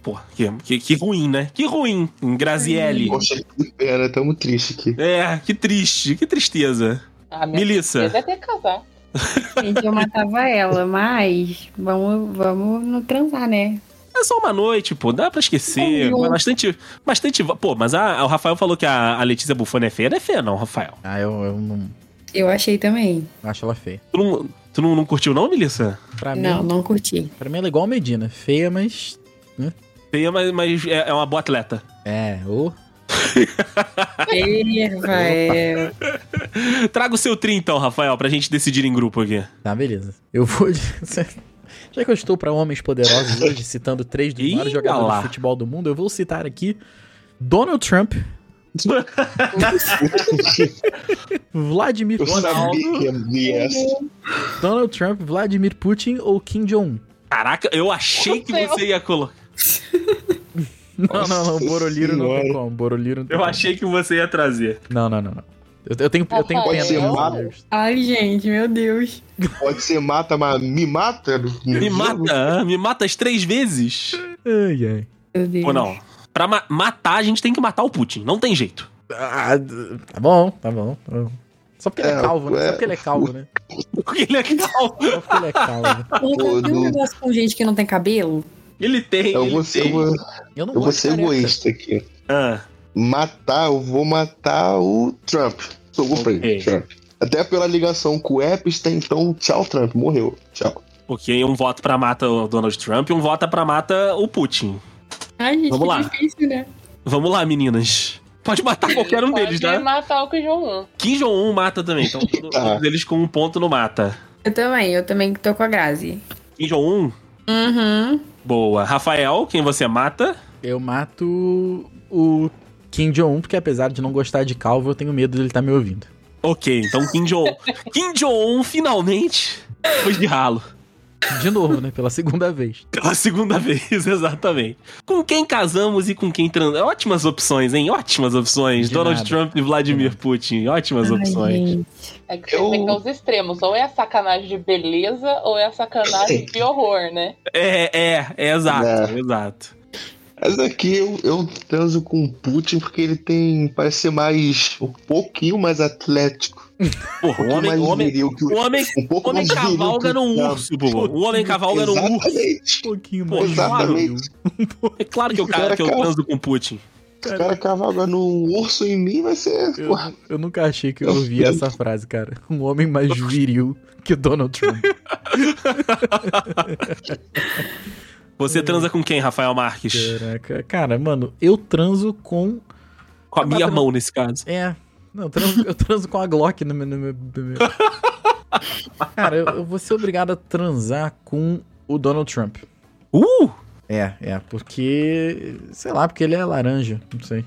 Pô, que, que, que ruim, né? Que ruim. Graziele.
Poxa, que pena, tamo triste aqui.
É, que triste, que tristeza.
A minha
Melissa.
certeza é ter que casar.
Gente, eu matava ela, mas vamos, vamos não transar, né?
É só uma noite, pô, dá pra esquecer.
um
É, eu-
bastante, bastante. Pô, mas a- o Rafael falou que a, a Letícia Bufone é feia. Não é feia, não, Rafael.
Ah, eu, eu não
Eu achei também.
acho ela feia.
Tu não, tu não, não curtiu, não, Melissa?
Pra
não,
mim,
não curti.
pra mim ela é igual a Medina. Feia, mas.
Feia, mas, mas é, é uma boa atleta.
É, ô.
Ei, Rafael.
Traga o seu tri, então, Rafael, pra gente decidir em grupo aqui.
Tá, beleza. Eu vou. de- Já que eu estou pra homens poderosos hoje, citando três dos maiores
Ih,
jogadores
lá.
de futebol do mundo, eu vou citar aqui Donald Trump, Vladimir
Eu sabia que ia vir essa.
Donald Trump, Vladimir Putin ou Kim Jong-un?
Caraca, eu achei que
Meu Deus.
você ia colocar.
Não, não, não,
Nossa
Boroliro não tem
Senhora.
como, Boroliro não tem
Eu
como.
achei que você ia trazer.
Não, não, não, não. Eu, eu tenho, eu tenho
Pode
pena.
ser
dos
mal?
brasileiros.
Ai, gente, meu Deus.
Pode ser mata, mas me mata?
Me mata, me mata as três vezes.
Ai, ai.
Meu Deus.
Ou não? Pra ma- matar, a gente tem que matar o Putin. Não tem jeito.
Ah, d- tá bom, tá bom. tá bom. Só porque ele é
É,
calvo, né? Só
é.
porque ele é calvo, né?
Porque ele é calvo.
Só porque ele é calvo.
Nunca vi um
Todo.
negócio com gente que não tem cabelo?
Ele tem.
Eu
ele
vou ser,
tem. um
eu vou,
Eu não
eu vou
gosto de
ser
careca.
egoísta aqui.
Ah.
Matar, eu vou matar o Trump. Sou pra
Ok.
ele, Trump. Até pela ligação com o Epstein, então tchau, Trump. Morreu. Tchau.
Porque um voto pra mata o Donald Trump e um voto pra mata o Putin.
Ai, gente,
Vamos
que
lá.
difícil, né?
Vamos lá, meninas. Pode matar qualquer um
Pode
deles, né?
matar o Kim Jong-un.
Kim Jong-un mata também, então todo-
Tá.
todos eles com um ponto no mata.
Eu também, eu também tô com a Grazi.
Kim Jong-un,
Uhum.
boa. Rafael, quem você mata?
Eu mato o Kim Jong-un, porque apesar de não gostar de calvo, eu tenho medo dele estar me ouvindo.
Ok, então Kim Jong-un. Kim Jong-un finalmente foi de ralo.
De novo, né? Pela segunda vez.
Pela segunda vez, exatamente. Com quem casamos e com quem transamos? Ótimas opções, hein? Ótimas opções.
De
Donald
nada.
Trump e Vladimir
De
Putin. Ótimas
Ai,
opções.
gente.
É que você
Eu-
tem que ter os extremos. Ou é a sacanagem de beleza, ou é a sacanagem de horror, né?
É, é, é exato,
É.
exato.
Essa aqui eu, eu transo com o Putin porque ele tem. Parece ser mais. um pouquinho mais atlético.
Porra,
Um
o homem,
mais
o homem,
viril que
o homem,
Um pouco
o homem
mais viril
cavalga
que
num
o-
urso, pô. O homem cavalga num urso.
Exatamente.
Um pouquinho
Pô,
mais.
exatamente.
velho.
É claro que o cara que eu transo com Putin.
Se o cara cavalga num urso em mim, vai ser.
Eu,
porra,
eu nunca achei que eu ouvi essa frase, cara. Um homem mais viril que Donald Trump.
Você transa com quem, Rafael Marques?
Caraca. Cara, mano, eu transo com.
Com a minha
Batendo-
mão, nesse caso.
É. Não, eu transo, eu transo com a Glock no meu. no meu- no meu- Cara, eu, eu vou ser obrigado a transar com o Donald Trump.
Uh!
É, é, porque. Sei lá, porque ele é laranja, não sei.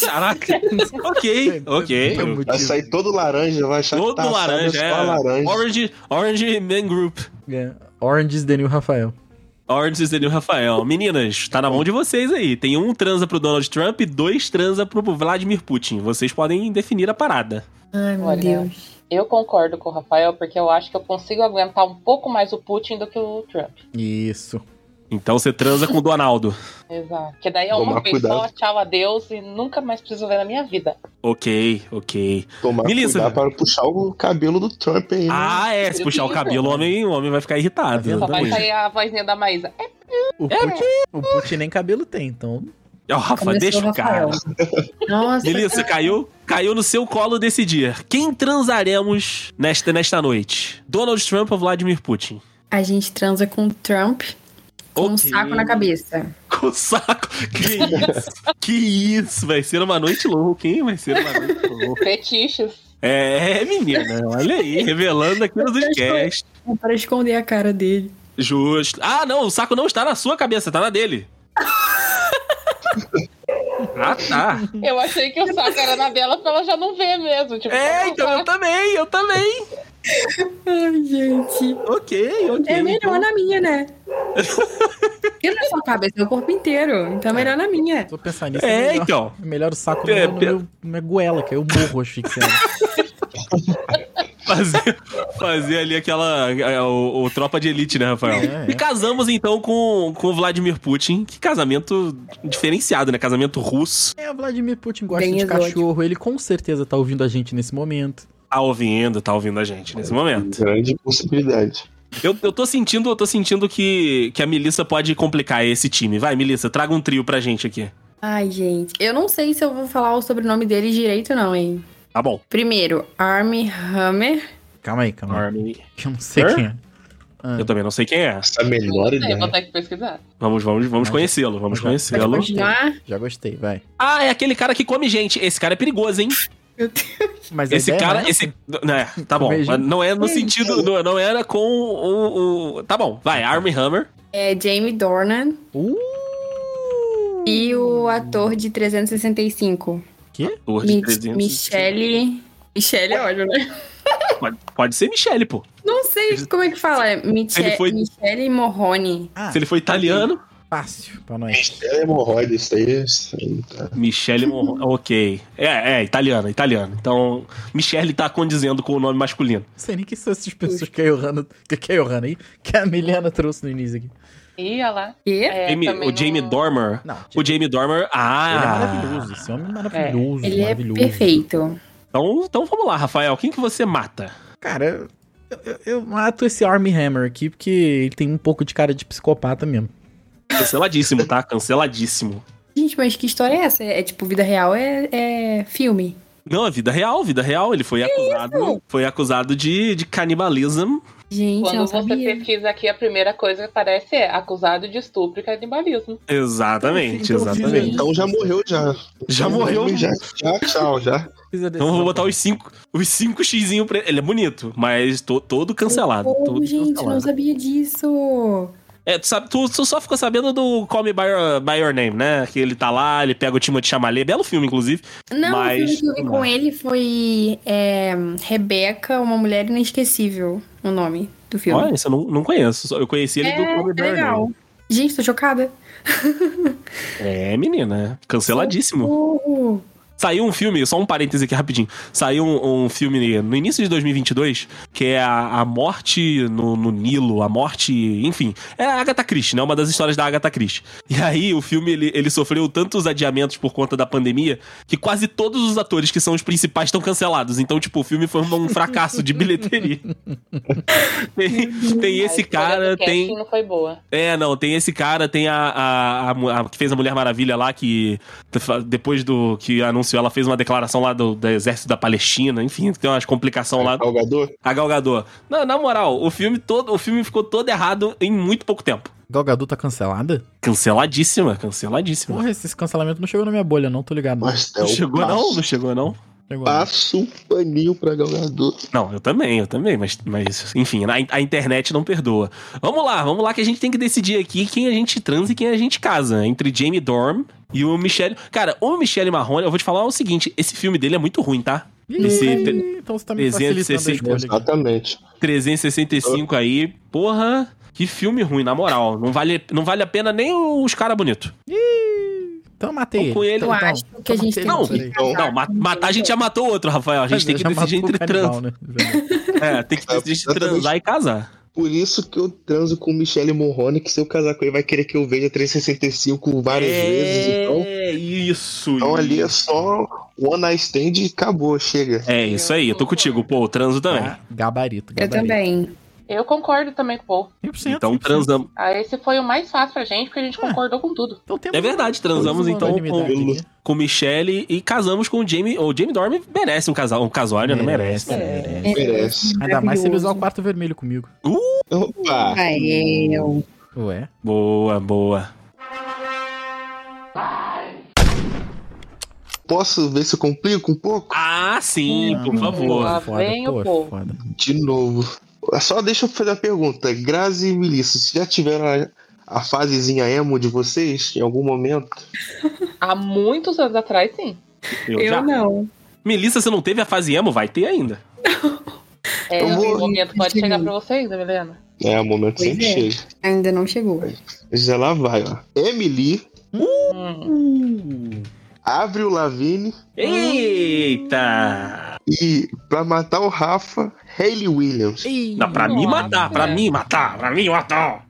Caraca! ok, ok.
Tem um motivo.
Vai sair todo laranja, vai achar
Todo
que tá assado,
laranja,
só
é.
laranja.
Orange, Orange Man Group.
É, Orange is the New Rafael.
Orange is the New Rafael. Meninas, tá na mão de vocês aí. Tem um transa pro Donald Trump e dois transa pro Vladimir Putin. Vocês podem definir a parada.
Ai, meu
Olha.
Deus.
Eu concordo com o Rafael, porque eu acho que eu consigo aguentar um pouco mais o Putin do que o Trump.
Isso.
Então você transa com o Donaldo.
Exato. Que daí é
Tomar
uma vez só,
cuidado.
tchau, adeus, e nunca mais preciso ver na minha vida.
Ok, ok.
Tomar
Milícia.
cuidado para puxar o cabelo do Trump aí, né?
Ah, é. Se puxar o cabelo, o homem, o homem vai ficar irritado.
Tá
Só vai
Pois.
Pois.
sair a vozinha da Maísa. É,
O Putin, o Putin nem cabelo tem, então.
Ó, Rafa,
Começou
deixa
o
o cara.
Rafael. Nossa,
Melissa, caiu, caiu no seu colo decidir. Quem transaremos nesta, nesta noite? Donald Trump ou Vladimir Putin?
a gente transa com o Trump com um
Ok.
saco na cabeça.
Com o saco. Que isso? que isso? Vai ser uma noite louca, hein? Vai ser uma noite louca.
fetiches.
É, menina, olha aí, revelando aqui no podcast.
É Para esconder a cara dele.
Justo. Ah, não, o saco não está na sua cabeça, tá na dele. Ah, tá.
Eu achei que o saco era na dela pra ela já não ver mesmo. Tipo,
É, então eu também, eu também.
Ai, gente.
Ok, ok.
É melhor na minha, né? Porque não é só a cabeça, é o corpo inteiro. Então é melhor na minha.
Tô pensando nisso. é
É,
melhor.
então.
É melhor o saco
É,
no, no
pe-
meu, na minha goela, que aí eu morro asfixiado.
Fazer, fazer ali aquela. a- O, o tropa de elite, né, Rafael?
É, é.
E casamos então com, com o Vladimir Putin. Que casamento diferenciado, né? Casamento russo.
é, o Vladimir Putin gosta
Bem
de
exótico.
cachorro, ele com certeza tá ouvindo a gente nesse momento.
Tá ouvindo, tá ouvindo a gente nesse momento.
Grande possibilidade.
Eu, eu tô sentindo, eu tô sentindo que, que a Melissa pode complicar esse time. Vai, Melissa, traga um trio pra gente aqui.
Ai, gente. Eu não sei se eu vou falar o sobrenome dele direito, não, hein?
Tá bom.
Primeiro, Army Hammer.
Calma aí, calma aí.
Army.
Que eu não sei
Hã?
quem é. Ah,
Eu também não sei quem é.
Essa é a melhor
Não sei,
ideia.
vou ter que pesquisar.
Vamos, vamos, vamos
Mas-
conhecê-lo, vamos
mas-
Pode
conhecê-lo.
continuar?
já gostei, vai.
Ah, é aquele cara que come gente. Esse cara é perigoso, hein?
Meu Deus.
Mas a
Esse
ideia
cara,
não é
esse. Não, é, tá bom.
Comer
mas
gente.
Não é no sentido. Não, não era com o, o- Tá bom, vai, Army Hammer.
É Jamie Dornan
Uh,
Uh!
e o ator de 365.
Torre de
Mi
300.
Michelle. Michelle é ótimo, né?
Pode, pode ser Michelle, pô.
Não sei como é que fala. É Miche
Ele foi-
Michelle Morrone.
Ah,
Se ele for italiano,
fácil pra nós.
Mistério é hemorroida, isso aí. Isso aí tá.
Michelle Monroe. ok. É, é, italiano, italiano. Então, Michelle tá condizendo com o nome masculino.
Não sei nem que são essas pessoas que a Johanna, que, que a Johanna aí, que a Milena trouxe no início aqui.
Ih, olha lá.
Quê?
É,
Jamie-
também
o Jamie
não-
Dormer.
Não,
O Jamie Dormer. Ah!
ele é maravilhoso, esse homem é maravilhoso,
Ele é
maravilhoso.
perfeito.
Então, então vamos lá, Rafael. Quem que você mata?
Cara, eu, eu- eu mato esse Army Hammer aqui porque ele tem um pouco de cara de psicopata mesmo.
Canceladíssimo, tá? Canceladíssimo.
Gente, mas que história é essa? É tipo, vida real é, é filme.
Não, é vida real, vida real. Ele foi acusado. Foi acusado de, de canibalismo.
Gente, eu
Quando
não
você
sabia.
pesquisa aqui, a primeira coisa que aparece é acusado de estupro e canibalismo.
Exatamente,
Então, então,
exatamente.
Então já morreu já. né?
Já morreu.
Então, Já, já, tchau, já.
Então eu vou botar os 5 os cinco xizinho pra ele. Ele é bonito, mas to- todo cancelado.
Pô,
todo
gente, eu não
cancelado.
sabia disso.
É, tu, sabe, tu, tu só ficou sabendo do Call Me By Your, By Your Name, né? Que ele tá lá, ele pega o Timothée Chalamet. Belo filme, inclusive.
Não,
Mas-
o filme que eu vi com ele foi é, Rebeca, Uma Mulher Inesquecível, o nome do filme.
Olha, isso eu não, não conheço. só- Eu conheci ele do
é,
Call Me
é
By Your Name.
legal. Gente, tô chocada.
É, menina. Canceladíssimo.
Uh,
Saiu um filme, só um parêntese aqui rapidinho. Saiu um, um filme no início de 2022, que é a, a morte no, no Nilo, a morte, enfim. É a Agatha Christie, né? Uma das histórias da Agatha Christie. E aí o filme, ele, ele sofreu tantos adiamentos por conta da pandemia, que quase todos os atores que são os principais estão cancelados. Então, tipo, o filme foi um, um fracasso de bilheteria. tem, tem
A
esse
escolha
cara,
do casting
tem...
não foi boa.
É, não, tem esse cara, tem a, a, a mu- a que fez a Mulher Maravilha lá, que fa- depois do que anunciou, ela fez uma declaração lá do, do exército da Palestina, enfim, tem umas complicações lá.
Salvador?
A Galgador. Na, na moral, o filme todo, o filme ficou todo errado em muito pouco tempo.
Galgadu tá cancelada?
Canceladíssima, canceladíssima.
Porra, esse cancelamento não chegou na minha bolha, não, tô ligado.
Mas
não
eu
chegou
É passo,
não, não chegou não.
Chegou,
tá
não.
Passo um paninho pra Galgador.
Não, eu também, eu também, mas, mas enfim, a, a internet não perdoa. Vamos lá, vamos lá que a gente tem que decidir aqui quem a gente transa e quem a gente casa. Entre Jamie Dorm e o Michelle. Cara, o Michelle Marrone, eu vou te falar o seguinte: esse filme dele é muito ruim, tá?
Ih,
Esse é
então você tá me facilitando a
360
escolha aqui.
Exatamente.
365 aí, porra, que filme ruim, na moral. Não vale, não vale a pena nem os caras bonitos.
Então eu matei
Com ele-
Então,
Eu
então,
acho que a
então
gente tem
matei
Não,
ele, peraí.
então,
Não, ma- matar a gente já matou outro, Rafael. A gente tem que
é, Já
decidir
matou o
entre
canibal,
trans...
né? Verdade.
é, tem que
É,
decidir entre
exatamente.
transar e casar.
Por isso que eu transo com o Michele Morrone, que se eu casar com ele vai querer que eu veja 365 várias vezes. Então,
É isso.
então ali é só one night stand e acabou, chega.
É isso aí, eu tô contigo. Pô, transo também.
Ah, Gabarito, gabarito.
Eu também.
Eu concordo também com o Paul.
100%,
Então
100%.
transamos.
Ah, esse foi o mais fácil pra gente, porque a gente
É.
Ah.
concordou com tudo.
Então temos
É verdade, transamos
uma
então
unanimidade
com,
aqui.
com Michelle e casamos com o Jamie. O Jamie Dorme merece um casal, um casório, né? Merece.
É,
Merece, merece.
Merece.
Ainda mais se ele usar o
Maravilhoso.
quarto vermelho comigo.
Opa!
Ai, eu.
Ué.
Boa, boa.
Posso ver se eu complico um pouco?
Ah, sim, por favor.
Lá
Foda,
vem
pô, é
o povo.
foda.
De novo. É Só deixa eu fazer a pergunta. Grazi e Melissa, vocês já tiveram a, a fasezinha emo de vocês em algum momento?
Há muitos anos atrás, sim.
Eu,
Eu
já.
não.
Melissa, você não teve a fase emo? Vai ter ainda.
É,
Eu vou-
o momento pode chegar pra vocês, Helena.
É, o momento
Pois
sempre
é.
chega.
Ainda não chegou.
Já lá vai, ó. Emily,
Hum.
Avril Lavigne
Eita!
e, pra matar o Rafa, Hayley Williams.
Ih,
Não, pra mim
Nossa.
matar, pra mim matar, pra mim matar.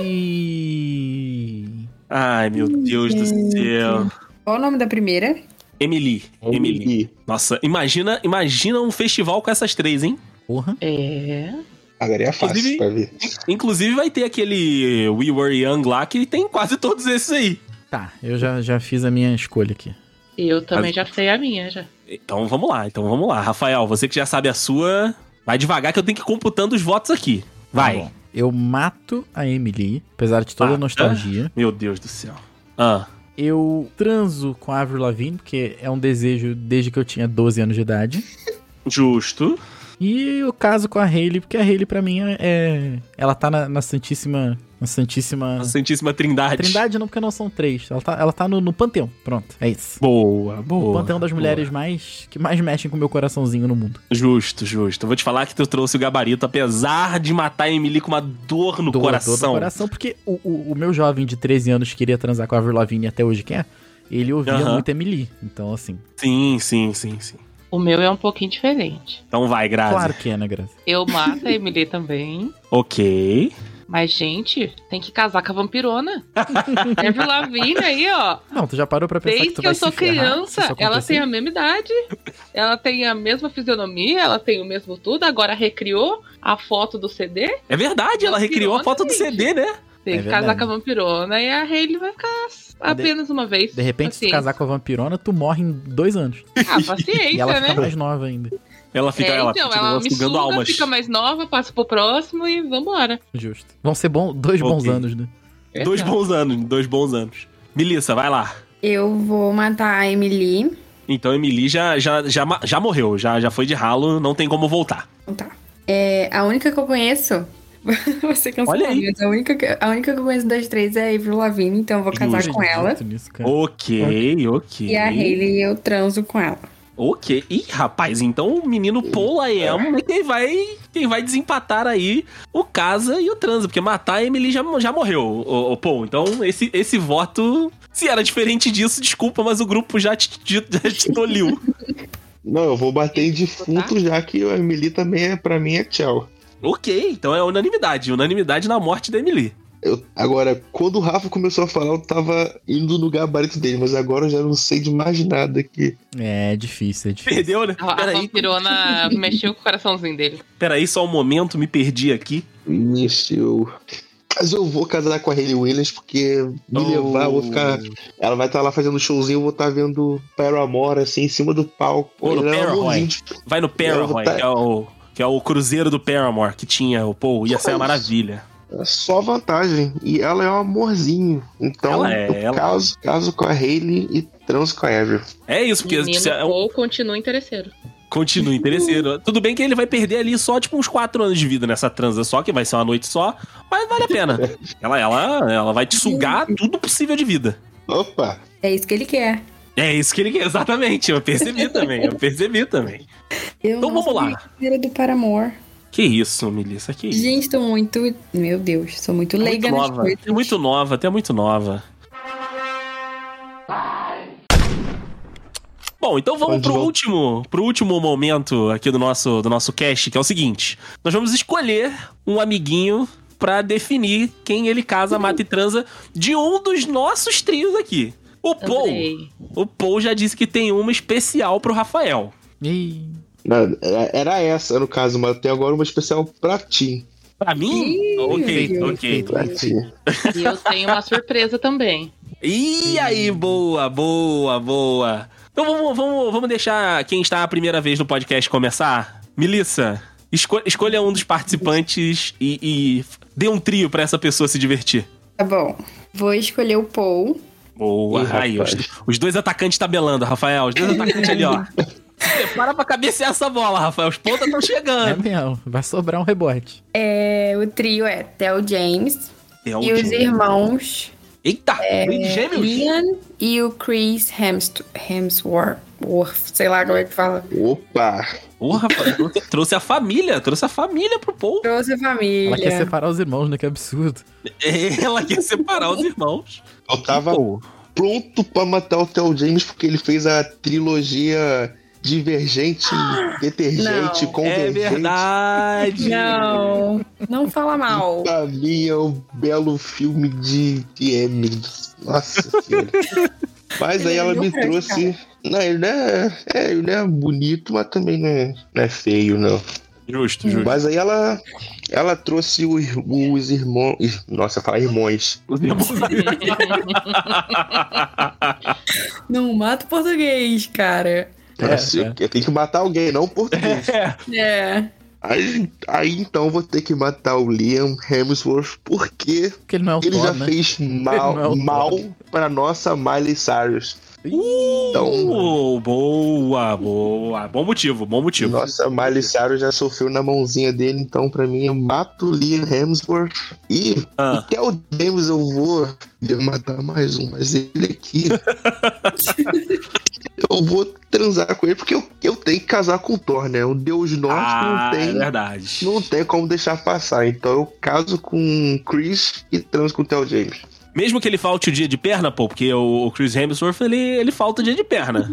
ih.
Ai, meu Deus do céu.
Qual o nome da primeira?
Emily, Emily. Nossa, imagina, imagina um festival com essas três, hein?
Porra.
É.
Agora é fácil
Inclusive-
pra ver.
Inclusive vai ter aquele We Were Young lá que tem quase todos esses aí.
Tá, eu já, já fiz a minha escolha aqui. Tá
Eu também já sei a minha, já.
Então vamos lá, então vamos lá. Rafael, você que já sabe a sua, vai devagar que eu tenho que ir computando os votos aqui. Vai.
Tá bom. Eu mato a Emily, apesar de toda a
Mata.
nostalgia.
Meu Deus do céu. Ah,
Eu transo com a Avril Lavigne, porque é um desejo desde que eu tinha 12 anos de idade.
justo.
E eu caso com a Hayley, porque a Hayley pra mim é. Ela tá na, na Santíssima. Na Santíssima.
A Santíssima Trindade.
Ah. Trindade não, porque não são três. Ela tá, ela tá no, no panteão. Pronto, é isso.
Boa,
O
boa.
panteão das
boa.
mulheres mais. que mais mexem com o meu coraçãozinho no mundo.
Justo, justo. Eu vou te falar que tu trouxe o gabarito, apesar de matar a Emily com uma dor no
Dor,
coração.
dor no coração, porque o, o, o meu jovem de 13 anos que queria transar com a Avril Lavigne e até hoje quer, ele ouvia
Aham.
muito Emily. Então, assim.
Sim, sim, sim, sim.
O meu é um pouquinho diferente.
Então vai, Grazi.
Claro que é, né, Graça?
Eu mato a Emily também.
Ok.
Mas, gente, tem que casar com a vampirona. Teve Lavigne aí, ó.
Não, tu já parou pra pensar
Desde
que tu
que,
vai
eu
se
sou
ferrar se
criança,
isso
ela
acontecer?
tem a mesma idade. Ela tem a mesma fisionomia, ela tem o mesmo tudo. Agora recriou a foto do CD.
É verdade, ela recriou a foto do CD, né?
Tem
É
que
verdade.
casar com a vampirona e a Hayley vai ficar s- apenas uma vez.
De repente, se tu
Paciência.
casar com a vampirona, tu morre em dois anos.
Ah,
E
paciência,
ela
né?
fica mais nova ainda.
Ela fica,
é,
ela,
então,
continua
ela me
sugando
suga,
almas.
fica mais nova, passa pro próximo e vambora.
Justo. Vão ser bom, dois
Ok.
bons anos, né?
Dois
Exato.
bons anos, dois bons anos. Melissa, vai lá.
Eu vou matar a Emily.
Então Emily já, já, já, ma- já morreu, já, já foi de ralo, não tem como voltar.
Então Tá. É, a única que eu conheço. Você cancelou,
Olha aí.
mas a única, que, a única que eu conheço das três é a Avril Lavigne, então eu vou casar
Justo.
com ela.
Acredito nisso, cara.
Ok, ok.
E a Hayley eu transo com ela.
Ok. Ih, rapaz, então o menino Paula Emo é quem vai, quem vai desempatar aí o casa e o transa, porque matar a Emily já, já morreu, o, Paul. Então esse, esse voto Se era diferente disso, desculpa, mas o grupo já te, te- já te toliu.
Não, eu vou bater em defunto já que a Emily também é, pra mim é tchau.
ok, então é unanimidade. Unanimidade na morte da Emily.
Eu- agora, quando o Rafa começou a falar, eu tava indo no gabarito dele, mas agora eu já não sei de mais nada aqui.
É difícil, é difícil.
Perdeu, né?
A, a
Peraí,
vampirona mexeu com o coraçãozinho dele.
peraí, só um momento, me perdi aqui.
Ixi, eu. Mas eu vou casar com a Hayley Williams, porque me
Oh.
levar, eu vou ficar. Ela vai estar lá fazendo showzinho, eu vou estar vendo Paramore, assim, em cima do palco.
Pô, no
Ele é um
Paramore.
amorzinho de-
Vai no Paramore,
Eu vou tá-
que, é o, que é o cruzeiro do Paramore, que tinha o Paul. Ia ser uma
Mas-
maravilha.
É só vantagem. E ela é um amorzinho. Então,
Ela é,
eu
ela-
Caso, caso com a Hayley e trans com a Avril.
É isso, porque
Menino
se- é um-
ou continua interesseiro.
continua interesseiro. Tudo bem que ele vai perder ali só, tipo, uns 4 anos de vida nessa transa só, que vai ser uma noite só, mas vale a pena. ela, ela, ela vai te sugar tudo possível de vida.
Opa!
É isso que ele quer.
É isso que ele quer, exatamente. Eu percebi também, eu percebi também.
Eu
Então
não
vamos lá.
sabia que Era do Paramor.
Que isso, Melissa, que isso.
Gente, tô muito. Meu Deus, sou muito leiga
muito
nas
nova.
coisas.
Até muito nova, até muito nova. Bom, então vamos
Pode
pro
voltar.
último, pro último momento aqui do nosso do nosso cast, que é o seguinte: nós vamos escolher um amiguinho pra definir quem ele casa, mata e transa de um dos nossos trios aqui. O Paul,
Adorei.
o Paul já disse que tem uma especial pro Rafael.
Ih,
Não, era- Era essa, no caso, mas até agora uma especial pra ti.
Pra mim?
Ih,
ok,
perfeito,
ok.
perfeito.
Pra ti.
E eu tenho uma surpresa também.
E aí, boa, boa, boa. Então vamos, vamos, vamos deixar quem está a primeira vez no podcast começar? Melissa, esco- escolha um dos participantes e, e dê um trio pra essa pessoa se divertir.
Tá bom. Vou escolher o Paul.
Boa,
Ih,
aí, os,
rapaz.
os dois atacantes tabelando, Rafael. Os dois atacantes ali, ó. Prepara pra cabecear essa bola, Rafael. Os pontas estão
é
chegando.
mesmo. Vai sobrar um rebote.
É, o trio é Theo James
É
e os irmãos
Eita, é... gêmeos.
Ian e o Chris Hemst- Hemsworth. Worth, Sei lá como é que fala.
Opa!
Ô, Rafael, trouxe- trouxe a família, trouxe a família pro Paul.
Trouxe a família.
Ela quer separar os irmãos, né? Que absurdo.
Ela quer separar os irmãos.
Eu tava
Pô.
pronto pra matar o Theo James porque ele fez a trilogia Divergente, Detergente,
Não.
É
Convergente.
verdade.
Não, não fala mal.
Pra mim é um belo filme de M. Nossa senhora. Mas aí ela me
Ele não presta,
trouxe. Não, ele não é, é, ele não é bonito, mas também não é, não é feio, não.
Justo, justo.
Mas aí ela, ela trouxe o ir- os irmãos. Nossa, falar irmãos.
Os irmãos-
Não mata o português, cara.
É,
Nossa,
é.
eu- Eu tenho que matar alguém, não o português.
É.
É.
Aí, aí então eu vou ter que matar o Liam Hemsworth porque
Porque ele não é o
ele
Thor,
já
né?
fez
Não é o
mal,
Thor.
mal pra nossa Miley Cyrus. Então,
Uh, boa, boa. Bom motivo, bom motivo.
Nossa, Miley Cyrus já sofreu na mãozinha dele, então pra mim eu mato o Liam Hemsworth e
Ah.
até o James eu vou eu matar mais um, mas ele aqui. eu vou transar com ele porque eu, eu tenho que casar com o Thor, né? O Deus Norte
Ah,
não
é
tem.
verdade.
Não tem como deixar passar, então eu caso com o Chris e transo com o Theo James.
Mesmo que ele falte o dia de perna, pô, porque o o Chris Hemsworth, ele, ele falta o dia de perna.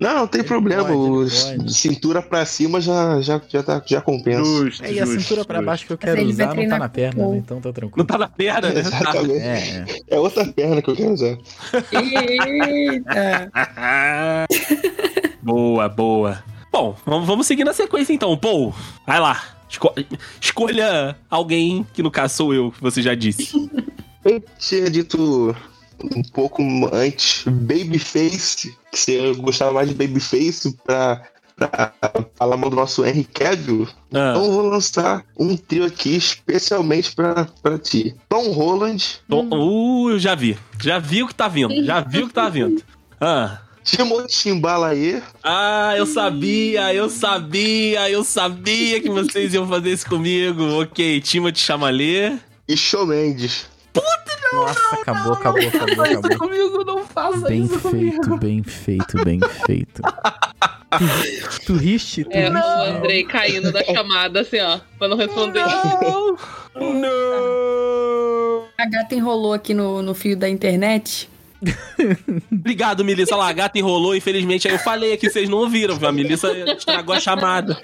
Não, não tem problema,
pode, ele
o
pode.
cintura pra cima já, já, já, tá, já compensa.
Justo,
É, e a cintura pra baixo que eu quero
Mas ele
usar
vai
não tá
treinar
na
com
perna,
o-
né? Então tá
Não
tranquilo.
tá na perna, né?
Exatamente.
É, é.
É outra perna que eu quero usar.
Eita.
Boa, boa. Bom, vamos, vamos seguir na sequência então. Paul, vai lá. Esco- escolha alguém, que no caso sou eu, que você já disse.
Eu tinha dito um pouco antes Babyface, que você gostava mais de Babyface pra, pra falar mal do nosso Henry Cavill.
Ah,
Então eu vou lançar um trio aqui especialmente pra, pra ti. Tom Holland,
Tom- uh, eu já vi. Já vi o que tá vindo. Já vi o que tá vindo. Ah.
Timothy Timbalaê,
Ah, eu sabia, eu sabia, eu sabia que vocês iam fazer isso comigo. Ok, Timothy Chamalê.
e Shawn Mendes.
Nossa, acabou, acabou, acabou, acabou.
comigo, não faça
Bem feito, bem feito, bem feito. Tu ri- Tu riste, tu
É,
riste.
o Andrei caindo da chamada, assim, ó, pra não responder.
Não!
A gata enrolou aqui no, no fio da internet.
Obrigado, Melissa. Lá, a gata enrolou, infelizmente. Aí eu falei aqui, vocês não ouviram, viu? A Melissa estragou a chamada.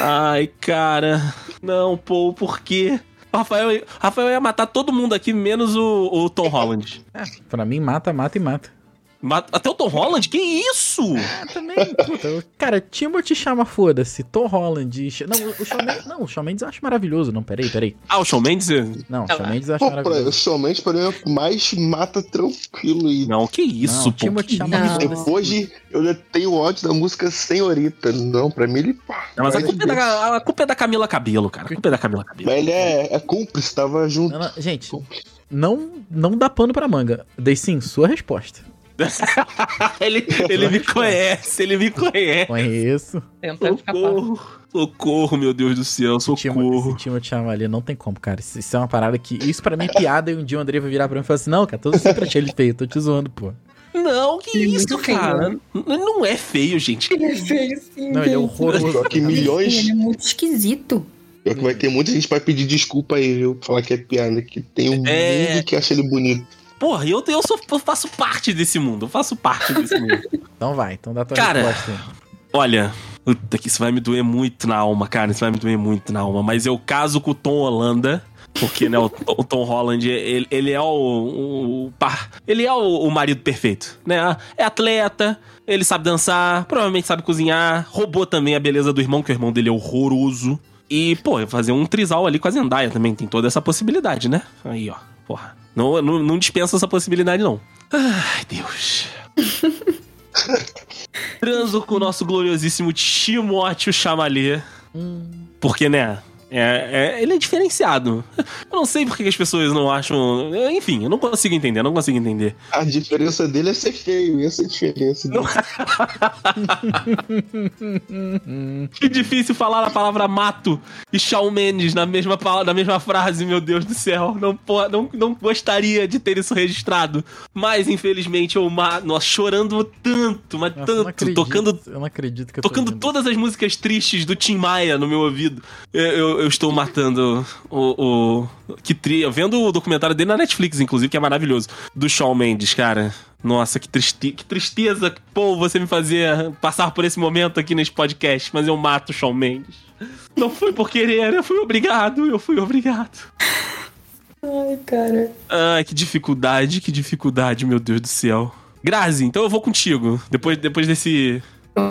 Ai, cara. Não, pô, por quê? O Rafael, Rafael ia matar todo mundo aqui, menos o, o Tom Holland.
Ah, Pra mim, mata, mata e mata.
Mata- até o Tom Holland? Que isso?
Ah, também. puta, eu- Cara, Timothy chama, foda-se. Tom Holland. Sh- Não, o Shawn Mendes, não, o Shawn Mendes eu acho maravilhoso. Não, peraí, peraí.
Ah, o Shawn Mendes?
Não, o
Não,
Shawn Mendes eu acho
Pô, pra,
maravilhoso.
somente pra mim é o que mais mata tranquilo. E
Não, que isso,
Não, o
pô. que
Timothy
isso?
chama
isso?
foda-se.
hoje eu já tenho ódio da música Senhorita. Não, pra mim ele. pá,
Não, mas a
vai
culpa, é
ver.
da, a culpa é da Camila Cabelo, cara. A culpa é da Camila Cabelo.
Mas ele é, é cúmplice, tava junto.
Não, não, gente, não, não dá pano pra manga. Dei sim, sua resposta.
ele, ele me conhece, ele me conhece.
Conheço.
Tenta escapar.
Socorro, socorro, meu Deus do céu,
Timothy, esse
socorro.
Timothy chama ali, não tem como, cara. Isso, isso é uma parada que. Isso pra mim é piada e um dia o André vai virar pra mim e falar assim: Não, cara, todo sempre achei ele feio, tô te zoando, pô.
Não, que
Ele é
isso,
muito feio,
cara.
né?
N- Não é feio, gente.
Ele é feio, sim.
Não, ele
um
é horroroso.
Só que milhões.
Ele é muito esquisito.
Pior que vai ter muita gente que vai pedir desculpa aí, viu? Falar que é piada, que tem um
É.
mundo que acha ele bonito.
Porra, eu, eu, sou, eu faço parte desse mundo. Eu faço parte desse mundo.
Então vai, então dá tua
Cara.
resposta aí.
Olha, puta que isso vai me doer muito na alma, cara. Isso vai me doer muito na alma. Mas eu caso com o Tom Holanda. Porque, né, o, o Tom Holland, ele, ele é o, o- o par- Ele é o, o marido perfeito, né? É atleta, ele sabe dançar, provavelmente sabe cozinhar, roubou também a beleza do irmão, que o irmão dele é horroroso. E, pô, fazer um trisal ali com a Zendaya também tem toda essa possibilidade, né? Aí, ó, porra. Não, não, não dispensa essa possibilidade, não. Ai, Deus. Transo com o nosso gloriosíssimo Timóteo Chamalê. Porque, né? é- é- ele é diferenciado. Eu não sei porque que as pessoas não acham. Enfim, eu não consigo entender, eu não consigo entender.
A diferença dele é ser feio, essa é a diferença. dele.
Que difícil falar a palavra mato e Shawn Mendes na mesma, pala- na mesma frase, meu Deus do céu. Não, po- não, não gostaria de ter isso registrado. Mas, infelizmente, eu ma- Nossa, chorando tanto, mas
Nossa, eu não
tanto,
acredito,
tocando.
Eu não acredito que eu tô
Tocando
vendo.
todas as músicas tristes do Tim Maia no meu ouvido. Eu, eu- eu estou matando o. o- que tri... eu Vendo o documentário dele na Netflix, inclusive, que é maravilhoso. Do Shawn Mendes, cara. Nossa, que, triste... que tristeza, pô, você me fazer passar por esse momento aqui nesse podcast. Mas eu mato o Shawn Mendes. Não foi por querer, eu fui obrigado, eu fui obrigado.
Ai, cara.
Ai, que dificuldade, que dificuldade, meu Deus do céu. Grazi, então eu vou contigo. Depois, depois desse.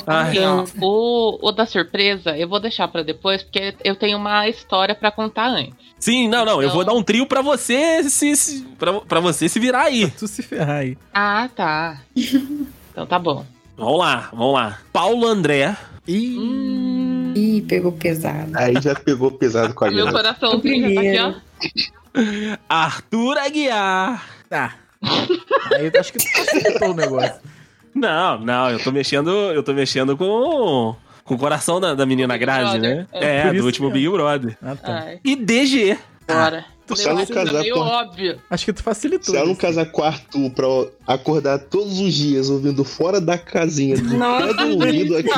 Ai.
Assim, ó, o, o da surpresa eu vou deixar pra depois, porque eu tenho uma história pra contar antes.
Sim, não, não, eu
Então-
vou dar um trio pra você se, se pra, pra você se virar aí.
Tu se ferrar aí.
Ah, tá. Então tá bom.
Vamos lá, vamos lá. Paulo André,
Ih,
Hum.
Ih, pegou pesado.
Aí já pegou pesado com a
Meu
galera.
coração
O primeiro.
tá aqui,
Arthur Aguiar.
tá. Aí eu acho que tu facilitou o negócio.
Não, não, eu tô mexendo, eu tô mexendo com com o coração da, da menina
Big
Grazi,
Brother,
né?
é.
É,
Por
do
isso
último
mesmo.
Big Brother.
Ah,
ó.
tá.
Ai,
E DG.
bora.
Tu
Eu
só não
acho que tá
casar
meio
com.
óbvio.
Acho que tu facilitou.
é
né?
um
Se ela não
isso.
casar com o Arthur pra acordar todos os dias ouvindo fora da casinha do pé do ouvido aqui,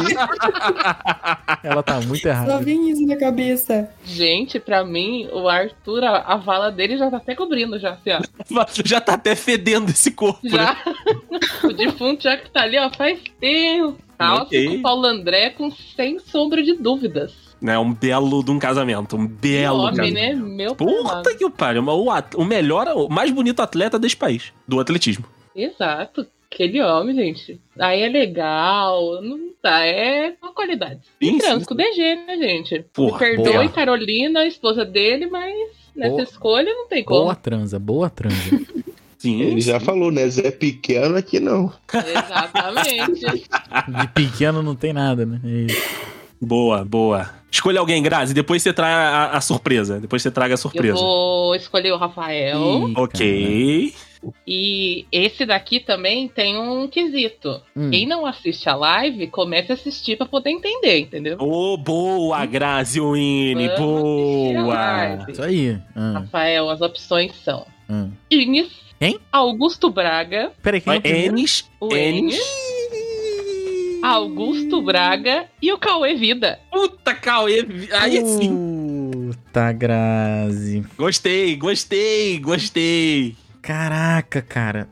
Ela tá muito
Só
errada.
vem isso na cabeça.
Gente, pra mim, o Arthur, a, a vala dele já tá até cobrindo, já, assim, ó.
Já tá até fedendo esse corpo, né?
Já. o defunto já que tá ali, ó, faz tempo. Calça
Ok.
com o Paulo André com sem sombra de dúvidas.
né? Um belo de um casamento, um
Que
belo
homem,
casamento.
né? Meu amado.
Puta que o pariu, mas o, at- o melhor, o mais bonito atleta desse país, do atletismo.
Exato. Aquele homem, gente. Aí é legal. Não tá. É uma qualidade.
Sim,
E
sim,
tranco
sim.
com o DG, né, gente?
Porra,
Me perdoe,
boa.
Carolina, a esposa dele, mas nessa
Boa.
escolha não tem como.
Boa transa, boa transa.
Sim.
ele já falou, né? Zé Pequeno aqui não.
Exatamente.
De pequeno não tem nada, né? É isso.
Boa, boa. Escolha alguém, Grazi, depois você traga a, a surpresa. Depois você traga a surpresa.
Eu vou escolher É o Rafael.
Ih, cara.
Ok.
E esse daqui também tem um quesito.
Hum.
Quem não assiste a live, comece a assistir pra poder entender, entendeu?
Ô, boa, Grazi Wini,
Vamos assistir a
boa.
live.
Isso aí. Ah,
Rafael, as opções são
ah.
Ines,
Quem?
Augusto Braga,
Peraí, quem é o primeiro?
Enes,
o
Enes.
Enes, Augusto Braga e o Cauê Vida.
Puta, Cauê. Aí sim.
Puta, Grazi.
Gostei, gostei, gostei.
Caraca, cara.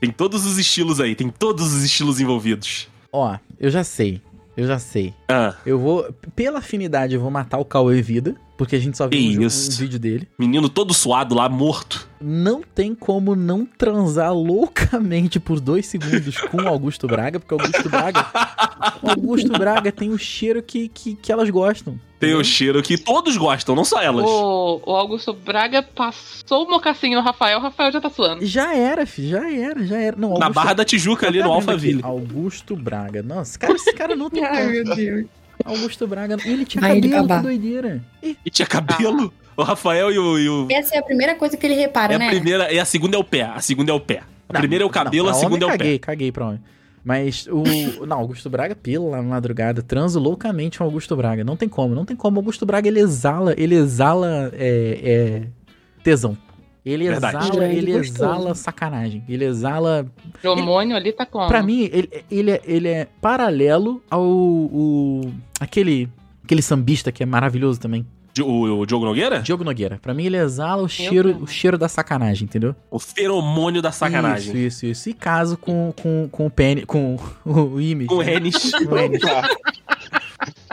Tem Tem todos os estilos aí, tem todos os estilos envolvidos.
Ó, eu já sei. Eu já sei.
Ah,
Eu vou. Pela afinidade, eu vou matar o Cauê Vida. Porque a gente só viu um, jo-
Isso.
um vídeo dele.
menino todo suado lá, morto.
Não tem como não transar loucamente por dois segundos com o Augusto Braga, porque o Augusto Braga. o Augusto Braga tem o cheiro que, que, que elas gostam.
Tem
Uhum.
o cheiro que todos gostam, não só elas.
O, o Augusto Braga passou o mocassinho no Rafael, o Rafael já tá suando.
Já era, fi, já era, já era. Não,
Na
Augusto-
Barra da Tijuca, ali
Tá
no
abrindo
Alphaville.
aqui, Augusto Braga. Nossa, cara, esse cara não tem
Ai,
como.
meu Deus.
Augusto Braga. E ele tinha
Ai, ele
cabelo, que
babar.
doideira. Ih,
E tinha cabelo. O Rafael e o. e o-
Essa é a primeira coisa que ele repara,
É a
né?
primeira. E a segunda é o pé. A segunda é o pé. A
não,
primeira é o cabelo,
não,
a
pra
segunda é
homem,
o pé.
caguei, Caguei pra homem. Mas o. Não, Augusto Braga, pela madrugada, transo loucamente com Augusto Braga. Não tem como, não tem como. Augusto Braga, ele exala, ele exala é, é, tesão. Ele
Verdade.
exala,
Grande,
ele
gostoso.
exala sacanagem. Ele exala
O hormônio ali tá
Ah.
como?
Pra mim, ele, ele, é, ele é paralelo ao. o- aquele. Aquele sambista que é maravilhoso também.
Di- O, o Diogo Nogueira?
Diogo Nogueira. Pra mim, ele exala o cheiro,
não.
o cheiro da sacanagem, entendeu?
O feromônio da sacanagem.
Isso, isso, isso. E caso com, com, com o Penny. Com o Image.
Com
né?
Enes.
Com o Enes.
Opa,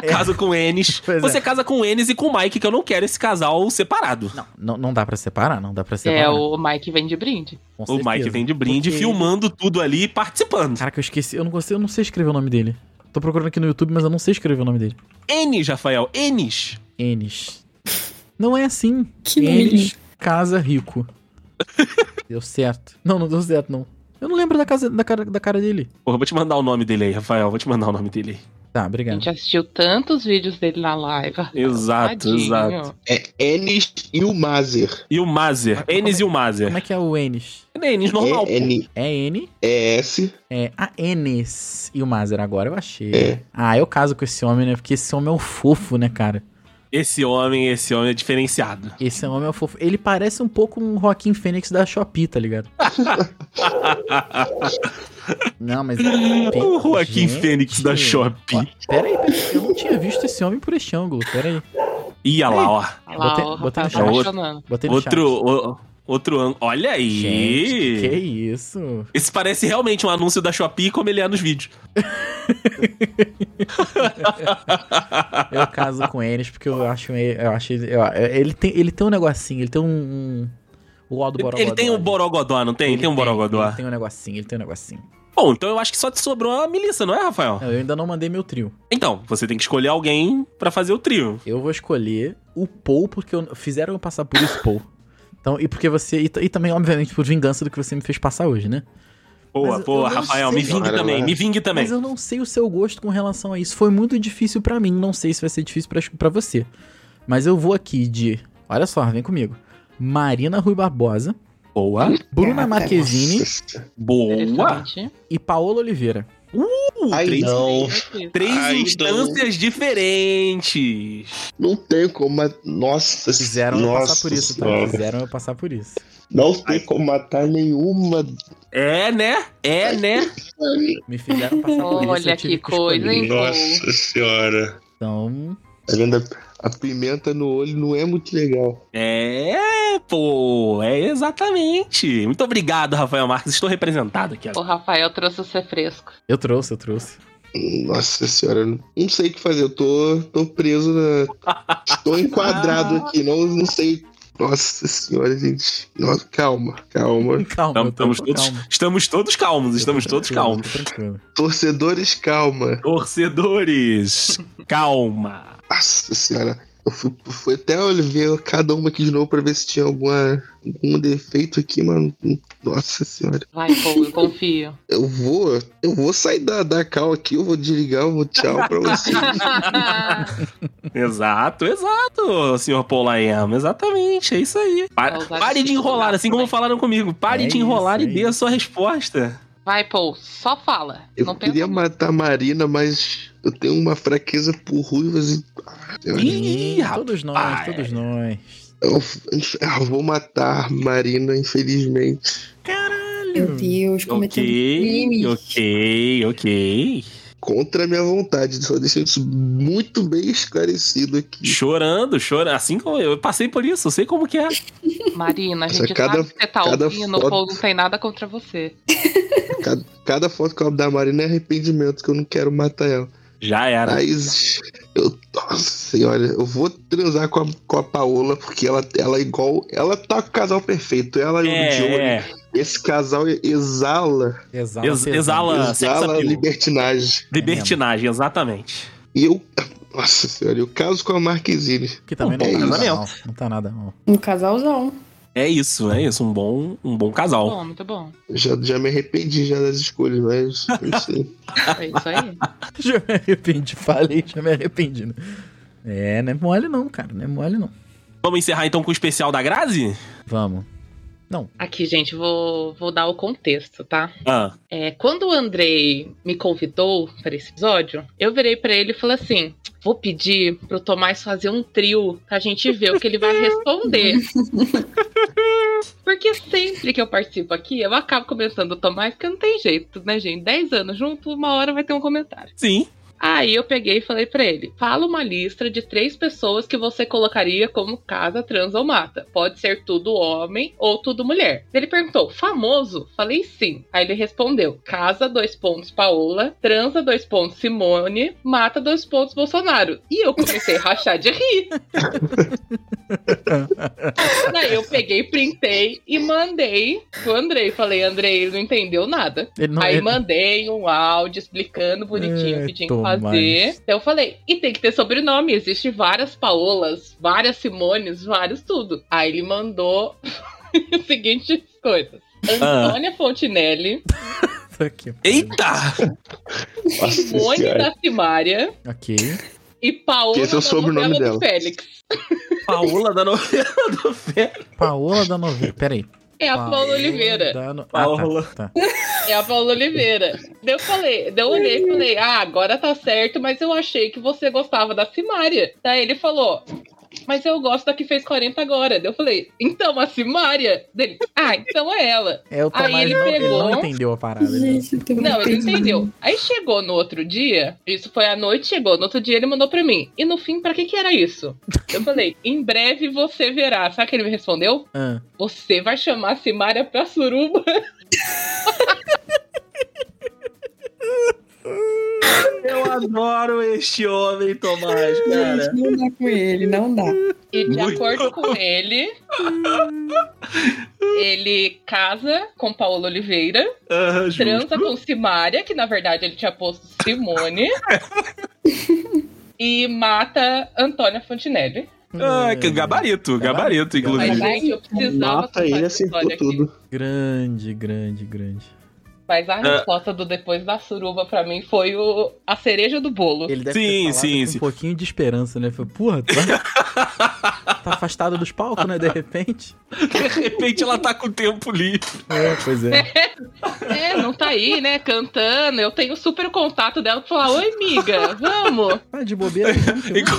É.
Casa com Enes.
Pois é.
Você casa com Enes e com Mike, que eu não quero esse casal separado.
Não, não dá pra separar, não dá pra separar.
É, o Mike vem de brinde.
com
o Mike
certeza.
vem de brinde,
Porque-
filmando tudo ali e participando.
Cara, que eu esqueci. Eu não gostei, eu não sei escrever o nome dele. Tô procurando aqui no YouTube, mas eu não sei escrever o nome dele.
Enes, Rafael, Enes.
Enes. Não é assim.
Que
Enes, casa rico. deu certo. Não, não deu certo, não. Eu não lembro da, casa, da, cara, da cara dele.
Porra, vou te mandar o nome dele aí, Rafael. Vou te mandar o nome dele aí.
Tá,
A
obrigado.
gente assistiu tantos vídeos dele na live.
Exato,
Tadinho.
exato.
é Enes e o Mazer.
E o
Mas
Mazer.
como
Enes
é-
e o Mazer.
Como é que é o Enes?
É Enes normal. pô.
É N,
É N,
é S.
é a Enes e o Mazer. Agora eu achei.
É.
Ah, eu caso com esse homem, né? Porque esse homem é um fofo, né, cara?
Esse homem, esse homem é diferenciado.
Esse homem é um fofo. Ele parece um pouco um Joaquim Fênix da Shopee, tá ligado? Não, mas.
o Joaquim Fênix da
Ó,
Shopee.
Pera aí, pera aí, eu não tinha visto esse homem por este ângulo. Pera aí.
Ia lá, ó.
Olha lá,
Botei-
o
botei no
Rafael tá
chat.
apaixonando.
Botei no
Outro.
chat.
o- Outro ângulo. Olha aí!
Gente, que é isso?
Esse parece realmente um anúncio da Shopee como ele é nos vídeos.
Eu caso com eles porque eu acho, eu acho eu- ele tem ele tem um negocinho, ele tem um, um o ó do
Ele-
borogodó.
ele tem um
ali.
borogodó, não tem? Ele tem um borogodó.
Ele tem um negocinho, ele tem um negocinho.
Bom, então eu acho que só te sobrou a Melissa, não é, Rafael?
Não, Eu ainda não mandei meu trio.
Então, você tem que escolher alguém pra fazer o trio.
Eu vou escolher o Paul porque eu, fizeram eu passar por isso, Paul. Então, e porque você e, t- e também obviamente por vingança do que você me fez passar hoje, né?
Boa,
Mas eu-
boa,
eu não
Rafael,
sei.
me vingue
Cara,
também,
mas-
me vingue também.
Mas eu não sei o seu gosto com relação a isso. Foi muito difícil pra mim. Não sei se vai ser difícil pra- pra você. Mas eu vou aqui de. Olha só, vem comigo. Marina Rui Barbosa,
Boa.
Hum? Bruna Marquezine
Nossa.
Boa.
Interessante.
e Paola Oliveira.
Uh,
Ai,
três
não.
três
Ai,
instâncias diferentes.
Não tem como. ma- Nossa
Fizeram eu
nossa
passar por isso, tá?
senhora.
Fizeram eu passar por isso.
Não tem como matar nenhuma.
É, né? É, né?
Me fizeram passar por isso.
Olha
eu tive
que coisa,
escolher.
hein?
Nossa senhora.
Então,
Tá vendo? A- A pimenta no olho não é muito legal.
É, pô, é exatamente. Muito obrigado, Rafael Marques. Estou representado aqui
O
agora.
Rafael trouxe o ser fresco.
eu trouxe, eu trouxe.
Nossa senhora, eu não- não sei o que fazer. Eu tô, tô preso na. Estou enquadrado aqui, não, não sei. Nossa senhora, gente. Nossa, calma, calma.
Então, Calma, eu tô,
Estamos, todos,
calma.
estamos todos calmos, estamos
Eu tô
todos
tranquilo,
calmos.
eu tô tranquilo.
Torcedores, calma.
Torcedores, calma.
Nossa senhora. Eu fui, fui até ver cada uma aqui de novo pra ver se tinha alguma, algum defeito aqui, mano. Nossa senhora.
Vai, Paul, eu confio.
Eu vou. Eu vou sair da, da cal aqui, eu vou desligar, eu vou tchau pra vocês.
Exato, exato, senhor Polaema. Exatamente, é isso aí. Pare,
Saudades
pare de
de
enrolar,
estudar
assim como
também.
falaram comigo. Pare
É
de enrolar
isso,
e
é
dê a
isso.
sua resposta.
Vai, Paul, só fala.
Eu
não
queria
pensa muito.
matar a Marina, mas eu tenho uma fraqueza por ruivas e. Ah, eu-
Ih,
Ih, todos nós,
rapaz.
todos nós.
Eu, ah, eu vou matar a Marina, infelizmente.
Meu Deus, cometendo
Ok,
crimes.
ok, ok.
contra a minha vontade. Só deixando isso muito bem esclarecido aqui.
Chorando, chorando. Assim como eu, eu passei por isso, eu sei como que é.
Marina, a
Nossa,
gente
cada-
sabe que você tá
cada
ouvindo,
foto-
o povo não tem nada contra você.
Cada, cada foto que eu abro da Marina é arrependimento, que eu não quero matar ela.
Já era.
Mas eu, nossa senhora, eu vou transar com a, com a Paola, porque ela, ela é igual. Ela tá com o casal perfeito. Ela e o Johnny.
É, é.
Esse casal exala,
Exala.
Ex-
Tá
exala sex
exala
appeal.
libertinagem.
É Libertinagem, exatamente.
E eu. Nossa senhora, eu caso com a Marquezine.
Que também não,
É
tá nada
isso.
mal. Não tá nada mal.
Um casalzão.
É isso, é isso. Um bom, um bom casal.
Bom, muito bom.
Já, já me arrependi já das escolhas, mas. Não sei.
É isso aí.
Já me arrependi, falei, já me arrependi. né? É, não é mole não, cara. Não é mole não.
Vamos encerrar então com o especial da Grazi?
Vamos.
Aqui, gente, vou, vou dar o contexto, tá?
Ah,
É, quando o Andrei me convidou para esse episódio, eu virei para ele e falei assim: vou pedir pro Tomás fazer um trio pra gente ver o que ele vai responder. Porque sempre que eu participo aqui, eu acabo comentando o Tomás, porque não tem jeito, né, gente? Dez anos junto, uma hora vai ter um comentário.
sim.
Aí eu peguei e falei pra ele: fala uma lista de três pessoas que você colocaria como casa trans ou mata. Pode ser tudo homem ou tudo mulher. Ele perguntou: famoso? Falei sim. Aí ele respondeu: casa, dois pontos, Paola, transa, dois pontos, Simone, mata, dois pontos, Bolsonaro. E eu comecei a rachar de rir. Daí eu peguei, printei e mandei pro Andrei. Falei: Andrei, ele não entendeu nada.
Ele não, é-
Aí
ele-
mandei um áudio explicando bonitinho o
É,
que tinha
Tomás.
que fazer. Então eu falei, e tem que ter sobrenome, existe várias Paolas, várias Simones, vários tudo. Aí ele mandou as seguintes coisas.
Ah.
Antônia Fontinelli,
Puta que pariu.
Eita!
Nossa
Simone
senhora.
da Cimária
Ok.
e Paola
Esse é
da
o sobrenome
novela
dela.
do Félix.
Paola da novela do Fé.
Paola da novela. Pera aí.
É a Paola, Oliveira.
da no- Ah,
Paola.
tá, tá.
É a Paola Oliveira. Daí eu falei, daí eu olhei e falei, ah, agora tá certo, mas eu achei que você gostava da Simária. Daí ele falou, mas eu gosto da que fez 40 agora. Daí eu falei, então a Simária? Dele, ah, então é ela.
É, o
Aí
Tomás
ele
não, ele
pegou.
não entendeu a parada. né?
Gente, eu tô
Não, ele
muito
entendeu. Aí chegou no outro dia, isso foi à noite, chegou. No outro dia ele mandou pra mim. E no fim, pra que que era isso? Eu falei, em breve você verá. Sabe o que ele me respondeu?
Ah,
Você vai chamar a Simária pra suruba.
Eu adoro este homem, Tomás,
Gente, não dá com ele, não dá.
E de
Muito.
acordo com ele, ele casa com Paulo Oliveira,
Ah, justo.
transa com Simária, que na verdade ele tinha posto Simone, e mata Antônia Fontinelli.
Ah, que gabarito, gabarito,
Mas,
inclusive.
Gabarito.
gente, eu precisava
Mata ele
contar essa
acertou
história aqui.
tudo.
Grande, grande, grande.
Mas a
Ah.
resposta do depois da suruba pra mim foi o... a cereja do bolo.
Ele deve
Sim,
ter falado
sim,
com
sim.
um pouquinho de esperança, né? Foi, porra, tu vai- tá afastado dos palcos, né? De repente.
De repente ela tá com tempo livre.
É, pois é.
É, não tá aí, né? Cantando. Eu tenho super contato dela pra falar: Oi, amiga, vamos.
Ah, de bobeira. vamos que vamos.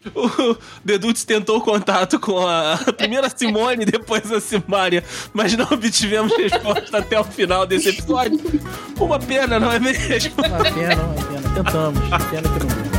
Inclu- O Dedutz tentou contato com a a primeira Simone, depois a Simária, mas não obtivemos resposta até o final desse episódio. Uma pena, não é mesmo?
Uma pena, uma pena. é Tentamos. Pena que não deu.